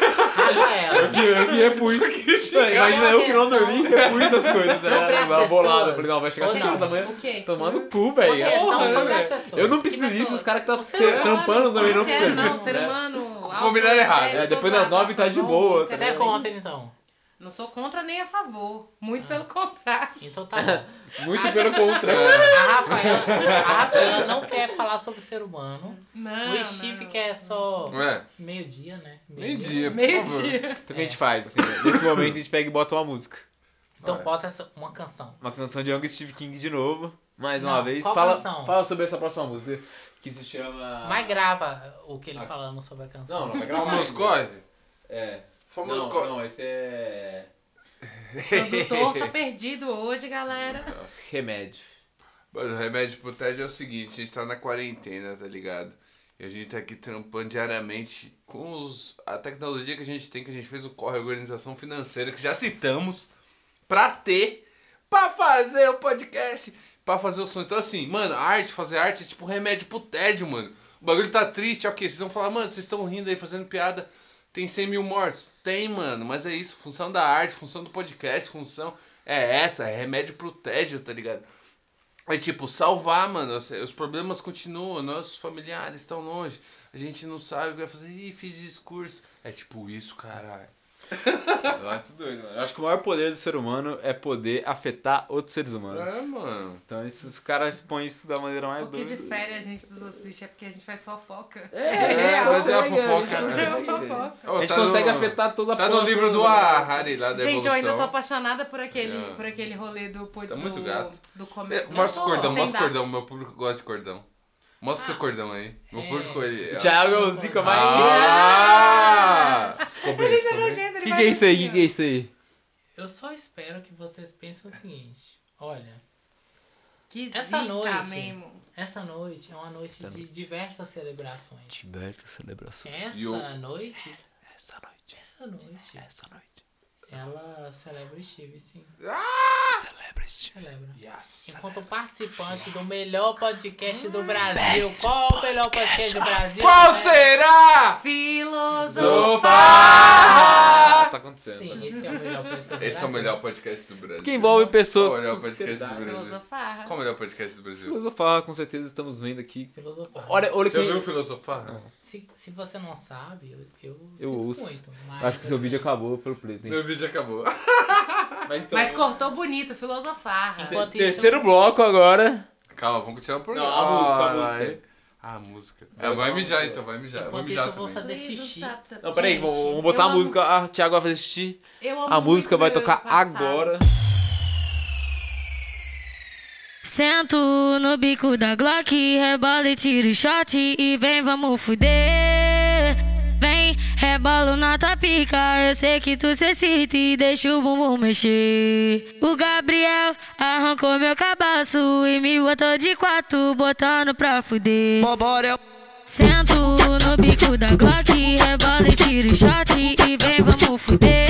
S4: Rafael,
S3: Que eu que repus. Mano, Imagina eu que não dormi e repus as coisas. né?
S4: Sobre as
S3: Uma bolada.
S4: pessoas.
S3: Falei, não, vai chegar
S4: Ou
S3: às 7 horas
S4: não.
S3: da manhã.
S5: O quê?
S3: Tomando cu, velho.
S4: Proteção
S3: Porra,
S4: sobre
S3: velho.
S4: as pessoas.
S3: Eu não
S4: Que
S3: preciso disso,
S4: pessoas?
S3: os caras que tá
S4: Você
S3: te-
S4: não,
S3: tampando também não
S5: Não quer,
S3: precisam
S5: não,
S3: disso.
S5: ser
S3: né?
S5: humano.
S2: Combinaram errado.
S5: alto, né,
S3: É, depois das
S5: todas as
S3: nove tá de
S5: ações
S3: boa,
S5: vão,
S3: tá
S4: você é contra então?
S5: Não sou contra nem a favor. Muito pelo contrário.
S4: Então tá bom.
S3: Muito pelo contrário.
S4: A Rafaela, a Rafaela não quer falar sobre o ser humano.
S5: Não.
S4: o Steve quer só
S2: É,
S4: meio-dia, né?
S2: meio-dia, por
S5: Meio
S2: favor.
S5: dia.
S3: Então o que a gente faz? assim, nesse momento a gente pega e bota uma música.
S1: É.
S4: Então bota essa- uma canção.
S3: Uma canção de Young Steve King de novo. Mais uma
S4: Não,
S3: vez.
S4: qual
S3: Fala,
S4: canção?
S3: fala sobre essa próxima música. Que se chama.
S4: Mas grava o
S1: Ah.
S4: que ele falando sobre a
S3: Não,
S4: canção.
S3: não, vai gravar.
S2: Famoso
S3: ainda.
S2: corre?
S3: É.
S2: Famoso
S3: não,
S2: corre.
S3: não, esse é.
S5: O produtor tá perdido hoje, galera.
S3: Remédio.
S2: Mano, o remédio pro tédio é o seguinte, a gente tá na quarentena, tá ligado? E a gente tá aqui trampando diariamente com os, a tecnologia que a gente tem, que a gente fez o corre organização financeira, que já citamos, pra ter, pra fazer o podcast, pra fazer os sonhos. Então assim, mano, arte, fazer arte é tipo remédio pro tédio, mano. O bagulho tá triste, ok, vocês vão falar, mano, vocês estão rindo aí, fazendo piada, tem 100 mil mortos? Tem, mano, mas é isso, função da arte, função do podcast, função é essa, é remédio pro tédio, tá ligado? É tipo, salvar, mano. Os os problemas continuam, nossos familiares estão longe. A gente não sabe o que vai fazer. Ih, fiz discurso. É tipo isso, caralho.
S3: Eu acho que o maior poder do ser humano é poder afetar outros seres humanos.
S2: É, mano.
S3: Então isso, os caras põem isso da maneira
S2: Tá
S3: mais
S5: O que
S3: doida.
S5: difere a gente dos outros bichos é porque a gente faz fofoca.
S3: É,
S2: É, mas é a
S3: consegue,
S2: fofoca,
S3: a gente
S5: É
S2: né?
S5: uma
S3: consegue.
S5: fofoca.
S2: Ô,
S3: A gente
S2: tá
S3: consegue
S2: no-
S3: afetar toda a
S2: Tá no
S3: porra
S2: livro
S3: do-
S2: do Harari lá da
S5: Gente, eu ainda tô
S2: evolução.
S5: apaixonada por aquele,
S2: É.
S5: por aquele rolê do
S2: tá muito
S5: do,
S2: gato.
S5: do começo.
S2: É, Mostra o cordão,
S5: Sem Ah.
S2: mostra o
S5: dar.
S2: cordão. Meu público gosta de cordão. Mostra o seu cordão aí. Meu público ele.
S3: Thiago é o Zico mais.
S2: Ah!
S5: Ele tá nojento, ele
S3: O que,
S5: vai
S3: que é isso aí? O
S5: assim,
S3: que,
S5: ó.
S3: que é isso aí?
S4: Eu só espero que vocês pensem o seguinte. Olha,
S5: esquisita
S4: Essa noite.
S5: mesmo.
S4: Essa noite é uma noite
S1: Essa
S4: de
S1: noite.
S4: diversas celebrações.
S1: Diversas celebrações.
S4: Essa
S2: E o-
S4: noite,
S1: Essa noite.
S4: essa noite,
S1: Essa noite.
S4: ela celebra Steve, sim.
S1: Ah! Celebra este.
S4: Celebra.
S2: Yes.
S4: Enquanto participante do melhor podcast
S1: Hum.
S4: do Brasil. Qual o melhor podcast do Brasil? Né?
S2: Qual será?
S5: Filosofar!
S3: Ah, tá acontecendo.
S4: Sim, esse é o melhor podcast do
S2: Esse é o
S4: Brasil.
S2: melhor podcast do Brasil.
S1: Que envolve pessoas.
S2: Qual é o melhor podcast do
S3: Sociedade.
S2: Brasil?
S5: Filosofar.
S2: Qual é o melhor podcast do Brasil?
S3: Filosofar, com certeza estamos vendo aqui.
S4: Filosofar.
S3: Olha, olha que.
S2: Já ouviu filosofar?
S4: Se, se você não sabe, eu, eu,
S3: Eu
S4: sinto
S3: ouço.
S4: muito. mas
S3: Acho que seu
S4: assim,
S3: vídeo é acabou pelo preto, hein?
S2: Meu vídeo acabou.
S3: Mas então.
S5: Mas cortou bonito, filosofar.
S4: enquanto isso-
S5: um-
S3: Terceiro bloco agora.
S2: Calma, vamos continuar o programa.
S3: Não, a música, a música.
S2: Ah, a música. É, vai mijar então, vai mijar. Vou
S4: Enquanto isso,
S2: mijar
S4: eu vou
S2: também.
S4: fazer xixi.
S3: Não, peraí,
S5: Gente,
S3: vamos, vamos botar
S5: eu
S3: a
S5: amo-
S3: música. Ah, Thiago vai fazer xixi.
S5: eu amo
S3: A
S5: muito
S3: música vai
S5: meu
S3: tocar
S5: passado.
S3: agora.
S7: Sento no bico da Glock, rebola e tiro shot e vem, vamos fuder. Vem, rebolo na tua pica, eu sei que tu se excita e deixa o bumbum mexer. O Gabriel arrancou meu cabaço e me botou de quatro, botando pra fuder. Sento no bico da Glock, rebola e tiro shot e vem, vamos fuder.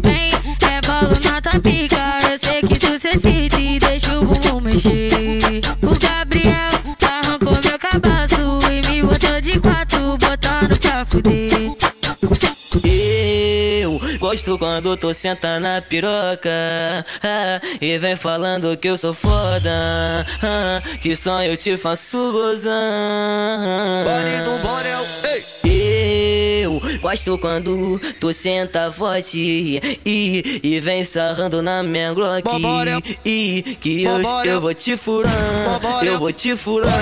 S7: Vem, rebolo na tua pica, eu sei que tu se excita e deixa o bumbum mexer. é, O Gabriel arrancou meu cabaço e me botou de quatro, botando pra fuder.
S8: Eu gosto quando tu senta na piroca ah, E vem falando que eu sou foda ah, Que só eu te faço gozar Eu gosto quando tu senta forte E, e vem sarrando na minha glock E que eu, eu vou te furar Eu vou te furar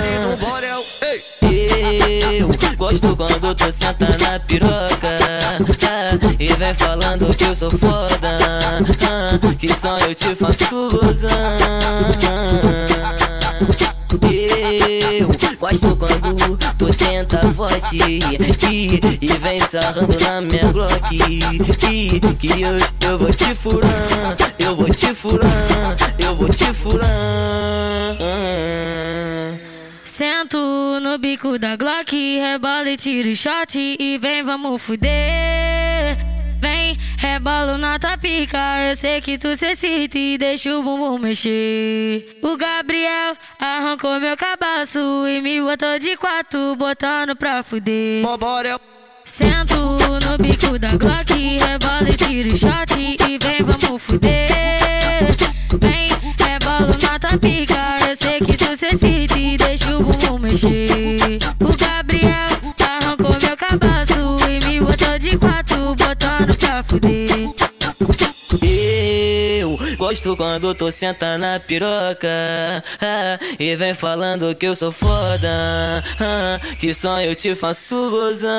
S8: eu gosto quando tu senta na piroca ah, E vem falando que eu sou foda ah, Que só eu te faço gozar Eu gosto quando tu senta forte E, e vem sarrando na minha glock E que hoje eu vou te furar Eu vou te furar Eu vou te furar
S7: Sento no bico da Glock, rebola e tiro shot e vem, vamos fuder. Vem, rebolo na tua pica, eu sei que tu se excita e deixa o bumbum mexer. O Gabriel arrancou meu cabaço e me botou de quatro, botando pra fuder. Sento no bico da Glock, rebola e tiro shot e vem, vamos fuder. Vem, rebolo na tua pica, eu sei que tu se excita e deixa o bumbum mexer. O Gabriel arrancou meu cabaço e me botou de quatro, botando pra fuder.
S8: Eu gosto quando tu senta na piroca ah, E vem falando que eu sou foda ah, Que só eu te faço gozar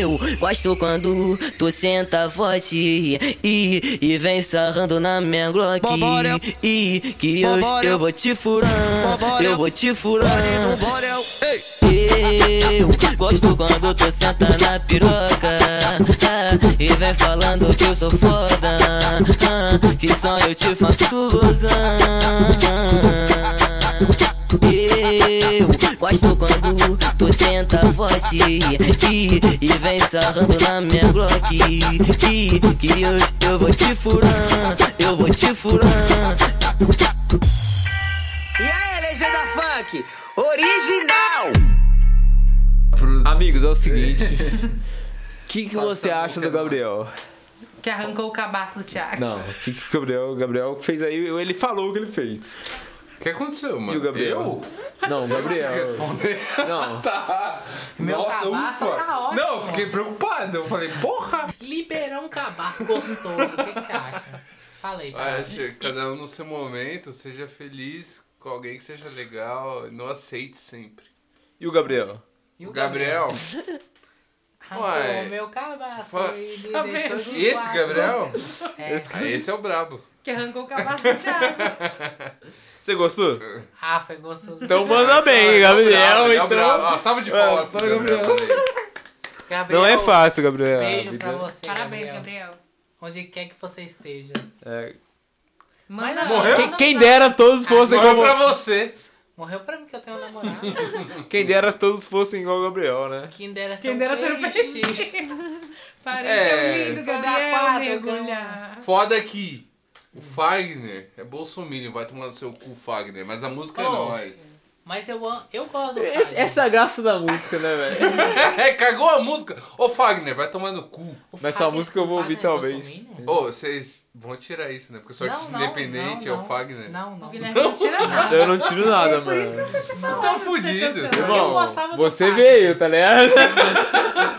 S8: Eu gosto quando tu senta forte E, e vem sarrando na minha glock E que hoje eu vou te furar Eu vou te furar eu gosto quando tu senta na piroca ah, E vem falando que eu sou foda ah, Que só eu te faço gozar Eu gosto quando tu senta forte E, e vem sarrando na minha glock E que hoje eu vou te furar Eu vou te furar
S9: E aí, legenda funk, original!
S3: Amigos, é o seguinte. O que, que você
S2: sabe,
S3: acha
S2: eu
S3: do
S2: quero
S3: Gabriel?
S5: Que arrancou o cabaço do Thiago.
S3: Não, o que, que o Gabriel, o Gabriel fez aí? Ele falou o que ele fez.
S2: O que aconteceu, mano?
S3: E o Gabriel?
S2: Eu?
S3: Não, o Gabriel. Não.
S2: Tá. Nossa,
S4: cabaço
S2: ufa.
S4: tá ótimo.
S2: Não, eu fiquei preocupado. Eu falei, porra.
S4: Liberão Cabaço gostoso. O que que você acha? Fala aí,
S2: Ah,
S4: fala.
S2: acho que cada um no seu momento, seja feliz com alguém que seja legal. Não aceite sempre.
S3: E o Gabriel?
S4: E
S2: O Gabriel. Ué.
S4: Arrancou meu cabaço
S2: Fa-
S4: e me
S5: Tá
S4: deixou
S5: vendo?
S4: de
S2: Esse
S4: quatro.
S2: Gabriel?
S4: É.
S2: Ah, esse é o brabo.
S5: Que arrancou o cabaço do Thiago.
S3: Você gostou?
S4: Ah, foi gostoso.
S3: Então manda bem,
S2: Brabo,
S3: Gabriel.
S2: ele é o brabo.
S3: Então.
S2: Ah, salve de
S3: Ah,
S2: palmas pro
S3: fala,
S2: Gabriel. também.
S4: Gabriel,
S3: Não é fácil, Gabriel.
S4: Beijo pra você.
S5: Parabéns, Gabriel.
S4: Onde quer que você esteja.
S3: É,
S5: Manda,
S4: Morreu?
S5: manda
S3: quem, quem
S5: mensagem.
S3: dera todos fossem
S2: Agora
S3: como.
S2: pra você.
S4: Morreu pra mim que eu tenho um namorado.
S3: Quem dera todos fossem igual o Gabriel, né?
S4: Quem dera ser
S5: Quem
S4: um
S5: dera ser um
S4: peixe.
S5: peixe. Parei
S2: É,
S5: tão lindo,
S4: foi na
S5: Gabriel,
S4: quadra,
S5: mergulhar.
S2: Foda que o Fagner é bolsominion, vai tomar no seu cu, Fagner. Mas a música é
S4: Oh.
S2: nós.
S4: Mas eu, amo, eu gosto do
S3: Essa,
S4: Fagner.
S3: essa é a graça da música, né, velho?
S2: É, Cagou a música. Ô, Fagner, vai tomar no cu.
S4: O
S3: Mas essa
S4: Fagner-
S3: música eu vou
S4: o Fagner
S3: ouvir
S4: é
S3: talvez.
S4: bolsominion?
S2: Ô, vocês vão tirar isso, né? Porque sou artista
S4: Não, não,
S2: independente,
S4: não,
S2: é o
S4: não.
S2: Fagner.
S4: Não,
S5: O
S4: não.
S5: Guilherme não tira nada.
S3: Então Eu não tiro nada,
S5: Por isso que eu
S3: mano.
S5: tô te falando.
S2: Tá
S5: pra você
S2: fudido,
S5: cancelar.
S2: tá
S3: Bom,
S4: gostava do
S3: você
S4: Fagner.
S3: veio, tá ligado?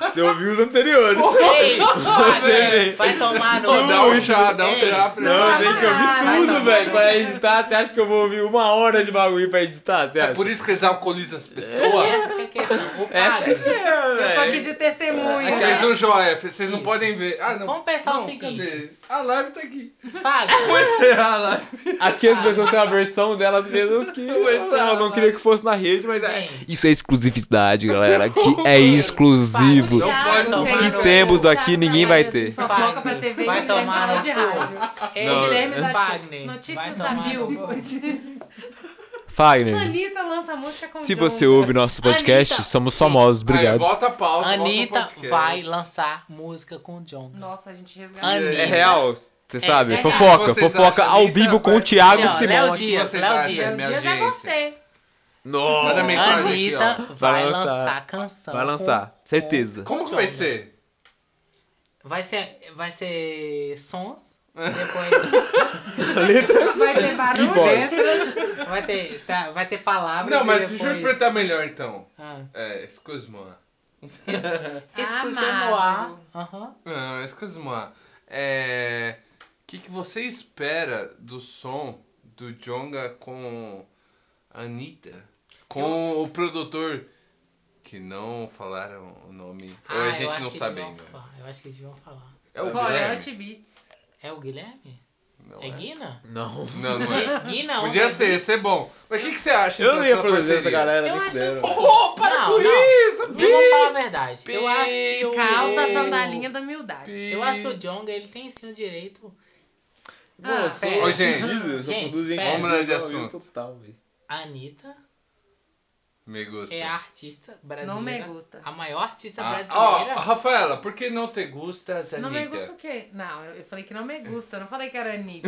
S3: Você ouviu os anteriores.
S4: Ei, Fagner,
S3: veio.
S4: vai tomar
S2: Ô,
S4: no.
S2: dá um chá, dá um
S4: Ei,
S2: chá pra
S3: Não,
S5: Não,
S3: tem que
S5: vai,
S3: ouvir tudo,
S4: vai.
S3: velho, pra editar. Você acha que eu vou ouvir uma hora de bagulho pra editar? Você acha?
S2: É por isso que eles alcoolizam as pessoas.
S4: Essa que é a questão. O
S3: Essa é,
S4: Fagner.
S5: Eu tô aqui
S3: velho.
S5: de testemunha.
S2: Fez um joia, vocês não podem ver. Ah, não.
S4: É. Vamos pensar
S2: não,
S4: o seguinte.
S2: cadê? A live tá aqui.
S4: Fagner.
S2: Encerrar a live.
S3: Aqui as pessoas têm a versão delas mesmas que eu não queria que fosse na rede, mas é.
S4: Sim.
S3: Isso é exclusividade, galera. Que é exclusivo.
S5: Não
S2: pode
S5: tem
S2: tomar
S5: como.
S3: no- temos aqui, ninguém vai ter.
S5: Fofoca pra TV
S4: Vai
S5: e Guilherme
S4: tomar
S5: fala
S4: no
S5: de
S4: cu.
S5: rádio.
S4: Ei,
S3: Não,
S5: Guilherme da
S4: Fagner.
S5: Notícias
S4: vai
S5: da
S4: tomar no cu.
S5: Billboard.
S3: Fagner,
S5: Anitta lança música com
S3: se
S5: Djonga.
S3: você ouve nosso podcast,
S4: Anitta.
S3: somos famosos,
S2: Aí,
S3: obrigado.
S2: volta a pauta. volta o
S4: Anitta
S2: podcast.
S4: vai lançar música com o John.
S5: Nossa, a gente resgatou.
S4: Anitta.
S3: É real, você sabe?
S5: verdade.
S3: fofoca,
S2: Vocês
S3: fofoca
S2: acham,
S3: ao
S2: Anitta,
S3: vivo com
S2: vai-
S3: o Thiago
S4: Não, Léo
S3: Simão.
S2: O que
S4: Dias,
S2: vocês
S4: Léo
S2: acham,
S4: Dias.
S2: minha
S5: Dias é
S2: audiência?
S5: você.
S2: Manda
S3: Nossa,
S2: mensagem aqui, ó.
S4: Anitta vai
S3: Vai lançar.
S4: lançar canção.
S3: vai lançar,
S4: com-
S3: certeza.
S2: Como que vai ser?
S4: com- Vai ser, vai ser sons. Depois
S5: Vai ter barulho.
S4: letras, vai ter, tá, vai ter palavras.
S2: Não,
S4: e
S2: mas é
S4: depois...
S2: deixa eu interpretar melhor então.
S4: Ah.
S2: É, excuse-moi.
S5: é
S4: Excusez-moi.
S5: Amado.
S4: Aham.
S2: Ah, excuse-moi. É. O que, que você espera do som do Jonga com a Anitta? Com o produtor que não falaram o nome. ou
S4: Ah,
S2: a
S4: eu
S2: gente
S4: acho
S2: não
S4: que
S2: sabe
S4: deviam
S2: ainda.
S4: falar, Eu acho que eles vão falar.
S2: É o
S5: Coyote
S2: Guilherme?
S5: Beats.
S4: É o Guilherme?
S2: Não
S4: é,
S2: é.
S4: Guina?
S5: Hum.
S3: Não.
S2: Não, não é.
S4: Guina?
S2: Podia ser, né, ia ser bom. Mas o que, que você acha
S3: Eu
S2: então,
S3: não ia
S2: dessa
S3: produzir essa
S2: parceria?
S3: galera nem
S4: Eu acho
S3: fudendo.
S4: assim.
S2: Ô, para
S4: Não,
S2: com
S4: não.
S2: isso!
S4: Eu vou falar a verdade. Eu acho que o-
S5: Calça a sandalinha da humildade.
S4: Eu acho que o Jong ele tem sim o direito.
S5: Ah,
S4: pera.
S2: Ô, gente,
S3: Fudido, só
S4: Gente,
S3: produzem
S4: pera.
S2: Vamos mudar de
S3: Total,
S2: assunto.
S3: total, velho.
S4: A Anitta
S2: Me gusta.
S4: é a artista brasileira.
S5: Não me gusta.
S4: A maior artista
S2: Ah,
S4: brasileira.
S2: Ó, Rafaela, por que não te gusta essa
S5: Não me
S2: Anitta?
S5: gusta o quê? Não, eu falei que não me gusta. Eu não falei que era Anitta.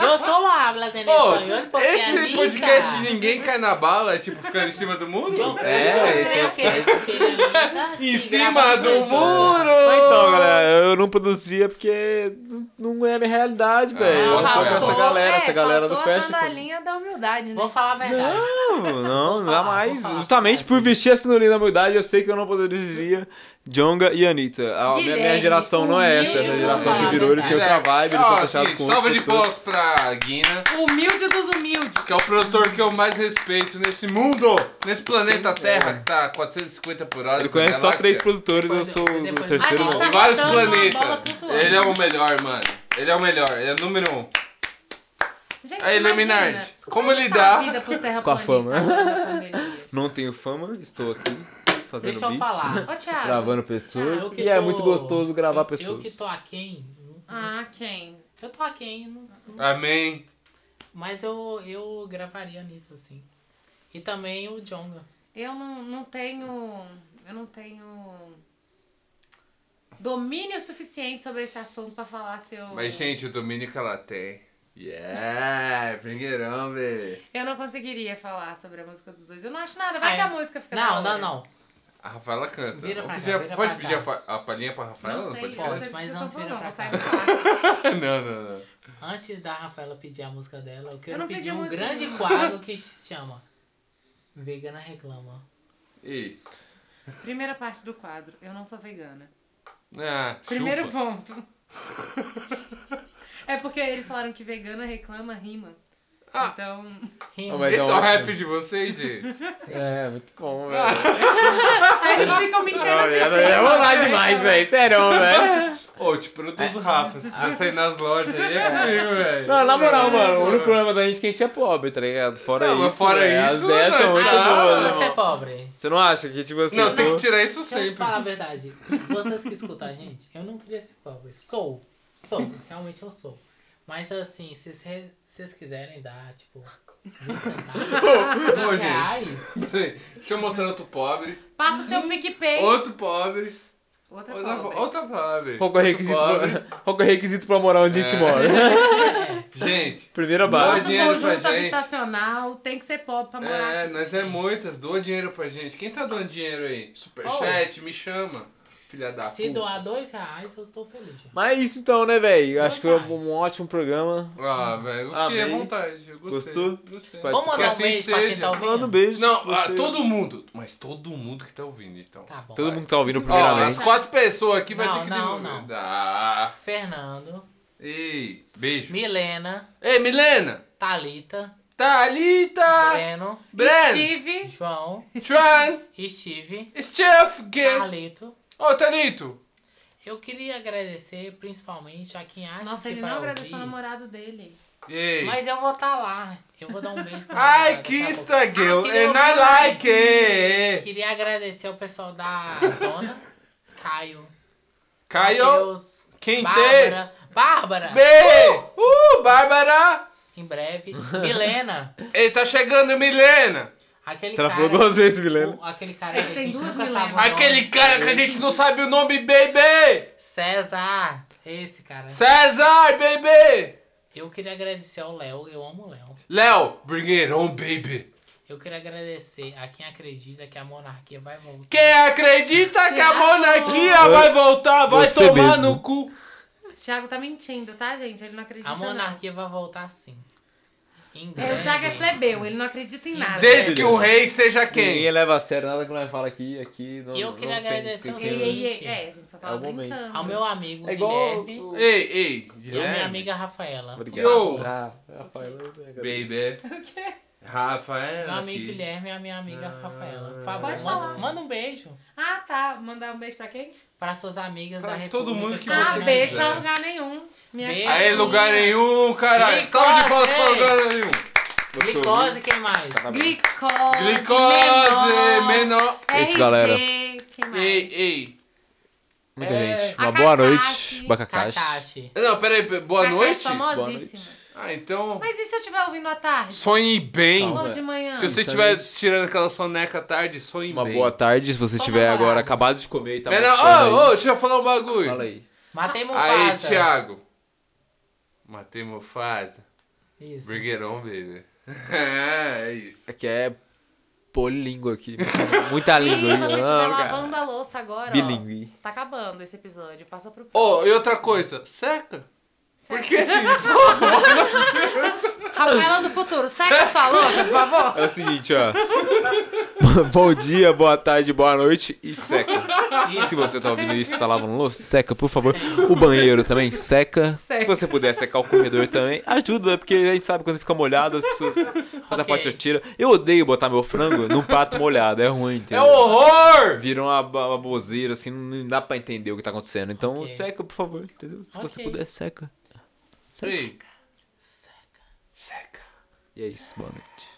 S4: Eu solo hablas em
S2: Ô,
S4: espanhol porque é
S2: esse
S4: Anitta-
S2: podcast Ninguém Cai na Bala, é tipo ficando em cima do muro?
S4: Yo-
S3: É, esse é
S4: eu
S3: outro
S4: quero que a Anitta
S2: em
S4: se
S2: cima
S4: grava
S2: do
S4: no Jong.
S2: muro!
S3: Mas então, galera, eu não produzia porque não- não é a minha
S4: Ah,
S3: realidade, velho. Eu
S2: Não,
S3: gosto com essa
S2: faltou-
S3: galera,
S5: é,
S3: essa galera do
S5: faltou a
S3: festival.
S5: sandalinha da humildade, né?
S4: Vamos falar a verdade.
S3: Não, não,
S4: falar,
S3: dá
S4: vou
S3: mais.
S4: falar.
S3: Justamente por vestir a sandalinha da humildade, eu sei que eu não produziria Jonga e Anitta. A minha, minha
S5: Guilherme,
S3: geração não é essa,
S5: humilde
S3: é a geração que
S4: humilde,
S3: virou, eles têm outra vibe, eles
S2: É, Ó,
S3: são fechados
S2: gente,
S3: com
S2: salva
S3: outro
S2: de
S3: produtor.
S2: palmas pra Guina,
S5: Humilde dos humildes.
S2: que é o produtor que eu mais respeito nesse mundo, nesse planeta Terra, que tá 450 por hora.
S3: Ele
S2: na
S3: conhece só
S2: galáxia.
S3: três produtores, eu
S4: Depois-
S3: sou
S4: depois-
S3: o terceiro.
S5: A gente
S3: não.
S5: tá
S2: Em vários
S5: botando uma bola
S2: planetas.
S5: flutuante.
S2: Ele é o melhor, mano. Ele é o melhor, ele é o número um.
S5: Gente,
S2: Aí,
S5: imagina,
S2: Luminardi, como
S5: é que
S2: lidar
S5: tá a vida pros
S3: com a fama?
S5: terraplanistas agora na pandemia?
S3: não tenho fama, estou aqui fazendo
S4: Deixa eu
S3: beats,
S4: falar.
S5: Ô, Thiago.
S3: gravando
S4: Ah, eu
S3: pessoas.
S4: que
S3: E é
S4: tô-
S3: muito gostoso gravar
S4: Eu que
S3: pessoas.
S4: tô aqui. hum,
S5: Ah, quem?
S4: Eu tô aqui, não
S2: Amém.
S4: Mas eu, eu gravaria Anitta, assim. E também o Jonga.
S5: Eu não, não tenho... Eu não tenho... Domínio suficiente sobre esse assunto pra falar se eu...
S2: Mas, gente, o domínio que ela tem. Yeah, pingueirão, velho.
S5: Eu não conseguiria falar sobre a música dos dois. Eu não acho nada. Vai que a
S4: Ah, é.
S5: música fica da
S4: Não,
S5: hora.
S4: não, não.
S2: A Rafaela canta.
S4: Vira
S2: Vamos
S4: pra cá,
S2: pedir a-
S4: vira
S2: pode
S4: pra
S2: pedir a,
S4: cá.
S2: fa- a palhinha pra Rafaela?
S5: Não sei, eu
S2: pode
S5: não sei o que
S4: Mas
S5: vocês
S4: não
S5: estão
S4: vira
S5: falando.
S4: pra cá.
S5: Eu saio do quarto.
S2: não, não, não.
S4: Antes da Rafaela pedir a música dela, eu quero
S5: não pedi
S4: pedir
S5: a
S4: um
S5: música,
S4: grande
S5: não.
S4: quadro que se chama Vegana Reclama.
S2: E.
S5: Primeira parte do quadro. Eu não sou vegana.
S2: Ah,
S5: Primeiro
S2: chupa.
S5: ponto. É porque eles falaram que vegana reclama rima. Então,
S4: Rima.
S3: mas-
S2: Esse é
S3: um-
S2: o rap de vocês, gente.
S3: É, muito bom, velho.
S5: aí eles ficam me enchendo de
S3: É
S5: tema,
S3: lá
S5: velho.
S3: demais, velho. Sério, velho.
S2: Ô, eu te produzo, Rafa. Se quiser sair nas lojas aí, é comigo, velho.
S3: Não, na moral, mano, o único problema da gente é que a gente é pobre, tá ligado? Fora
S2: Não, mas
S3: isso,
S2: fora
S3: velho, as
S2: isso,
S3: ideias são
S2: nós
S3: muito
S2: tá-
S3: boas,
S4: Ah,
S3: né,
S4: você é
S3: mano?
S4: pobre.
S3: Você não acha que, tipo assim,
S2: Não,
S3: eu
S2: tem
S3: tô...
S2: que tirar isso
S4: Deixa eu te
S2: sempre.
S4: falar a verdade. Vocês que escutam a gente, eu não queria ser pobre. Sou. Sou. Realmente eu sou. Mas assim, se vocês vocês quiserem dar, tipo, 20 centavos, 20
S2: gente.
S4: reais,
S2: Deixa eu mostrar outro pobre.
S5: Passa o seu PicPay.
S2: Outro pobre.
S5: Outra
S2: Outra
S5: pobre.
S2: po- outra pobre.
S3: Qual que é o
S2: Outro
S3: requisito,
S2: pobre.
S3: pra... Qual que é o requisito pra morar onde a gente mora?
S4: é,
S2: Gente,
S3: Primeira
S2: Dá
S5: Nosso
S3: base.
S2: dinheiro pra
S5: conjunto
S2: gente.
S5: habitacional tem que ser pobre pra morar.
S2: é, nós é muitas. Doa dinheiro pra gente. Quem tá dando dinheiro aí? Superchat, me chama. Filha da
S4: Oh. se
S2: puta.
S4: doar 2 reais, eu tô feliz. já.
S3: Mas isso então, né, velho? Acho que é
S4: reais.
S3: um ótimo programa.
S2: Ah, velho, eu fiquei
S3: Amei.
S2: à vontade. Eu gostei.
S3: Gostou?
S2: Gostei.
S3: Pode-
S4: Vamos
S2: Que
S4: mandar um
S2: assim
S4: beijo pra quem
S2: seja.
S4: tá
S3: Manda um
S4: ouvindo?
S3: beijo.
S2: Não, ah,
S3: você-
S2: todo mundo. Mas todo mundo que tá ouvindo, então.
S4: Tá bom.
S3: Todo mundo que tá ouvindo
S2: Ó, as
S3: primeiramente.
S2: quatro pessoas aqui vai
S4: Não,
S2: ter que
S4: não,
S2: devolver.
S4: não.
S2: Dá.
S4: Fernando,
S2: Ei, beijo.
S4: Milena,
S2: Ei, Milena!
S4: Thalita,
S2: Thalita!
S4: Breno,
S2: Bren!
S5: Steve,
S4: João,
S2: Tran!
S4: Steve,
S2: Steph! Gay!
S4: Carlito.
S2: Ô, Thalito!
S4: Eu queria agradecer principalmente a quem acha
S5: nossa,
S4: que
S5: ele
S4: vai
S5: não agradeceu o
S4: ouvir.
S5: namorado dele.
S2: Ei!
S4: Mas eu vou estar lá. Eu vou dar um beijo pra
S2: I
S4: galera,
S2: kissed
S4: tá bom?
S2: a girl
S4: Ah, queria
S2: and I
S4: ouvir-
S2: like it!
S4: Queria agradecer o pessoal da zona. Caio. é
S2: Caio!
S4: Matheus,
S2: quem
S4: Bárbara. Bárbara!
S2: B! Uh, Bárbara!
S4: Em breve. Milena.
S2: Ei, tá chegando, Milena!
S4: Aquele
S3: Você já
S4: cara.
S3: falou duas vezes, Milena.
S4: o- aquele cara que a
S5: tem
S4: gente
S5: duas
S4: nunca
S5: Milenas.
S4: sabe o nome.
S2: Aquele cara que a gente não sabe o nome, baby!
S4: César. Esse cara.
S2: César, baby!
S4: Eu queria agradecer ao Léo. Eu amo o Léo.
S2: Léo, bring it on, baby!
S4: Eu queria agradecer a quem acredita que a monarquia vai voltar.
S2: Quem acredita que a
S5: Tiago.
S2: monarquia vai voltar, Ah, vai
S3: Você
S2: tomar
S3: mesmo.
S2: no cu!
S5: Thiago tá mentindo, tá, gente? Ele não acredita
S4: A
S5: não.
S4: monarquia vai voltar sim. Em
S3: né?
S5: É, o Thiago é plebeu, ele não acredita em nada.
S2: Desde que o rei seja quem?
S3: Ninguém leva a sério nada que nós fala aqui. aqui não,
S4: E eu
S3: não
S4: queria
S3: tem-
S4: agradecer
S3: tem
S4: ao
S3: que-
S5: Ei, ei, ei, É, a gente só
S3: É
S5: fala
S3: o momento.
S5: brincando.
S4: Ao meu amigo
S3: É igual...
S4: Guilherme
S3: o-
S2: Ei, ei!
S4: e a minha
S2: Guilherme.
S4: amiga Rafaela.
S3: Obrigado. Ah, Rafael, obrigado.
S2: Baby. Rafael.
S4: Meu amigo
S2: aqui.
S4: Guilherme e a minha amiga Rafaela. Por favor,
S5: Pode
S4: manda,
S5: falar.
S4: manda um beijo
S5: Ah, tá. Mandar um beijo pra quem?
S4: para suas amigas
S2: Pra
S4: da República.
S2: todo mundo que
S5: ah,
S2: você
S5: beijo
S2: quiser.
S5: pra lugar nenhum. Minha
S4: Beijo.
S5: filha.
S2: Aí, lugar nenhum, caralho.
S4: Glicose. é.
S2: Salve de palmas pra lugar nenhum.
S4: Glicose, quem mais?
S3: Tá
S5: Glicose.
S4: Assim,
S2: Glicose, menor.
S3: É isso, galera.
S5: RG, quem
S4: É.
S5: mais?
S2: Ei, ei.
S3: Muita gente.
S5: A
S3: Uma boa
S5: Kakashi.
S3: noite. Bacacate.
S4: Kakashi.
S2: Não, peraí, pe- boa
S5: Cacá é
S2: noite.
S5: famosíssima.
S2: Ah, então.
S5: Mas e se eu estiver ouvindo à tarde?
S2: Sonhe bem.
S3: Calma.
S5: Ou de manhã?
S2: Se você
S3: Exatamente.
S2: estiver tirando aquela soneca à tarde, sonhe
S3: Uma
S2: bem.
S3: boa tarde, se você tiver
S4: namorado.
S3: agora acabado de comer e tá
S2: Menor,
S3: matando
S2: ô,
S3: aí.
S2: ô, deixa eu falar um bagulho.
S3: Fala aí.
S4: Matei
S2: Aí,
S4: Mufasa.
S2: Thiago. Matei Mufasa.
S4: Isso.
S2: Brigueirão, baby. é isso.
S3: É que é polilíngua aqui. Muita
S5: E
S3: língua. Ah,
S5: se você estiver
S3: Não, cara.
S5: lavando a louça agora, ó,
S3: Bilingue.
S5: Tá acabando esse episódio. Passa pro
S2: Ô, e outra coisa, seca. Porque assim, só
S5: Rafaela do futuro, seca sua louça, por favor.
S3: É o seguinte, ó. Bom dia, boa tarde, boa noite e seca. Se você tá ouvindo isso, tá lavando louça, seca, por favor. O banheiro também seca. Se você puder secar o corredor também, ajuda, né? porque a gente sabe quando fica molhado, as pessoas fazem a
S4: Ok.
S3: parte tira. Eu odeio botar meu frango num prato molhado, é ruim,
S2: é
S3: entendeu?
S2: um horror!
S3: Vira uma, ba- uma bozeira, assim, não dá pra entender o que tá acontecendo. Então
S4: Ok.
S3: seca, por favor, entendeu? Se você
S4: Ok.
S3: puder, seca.
S2: Sim.
S3: E é isso, boa noite.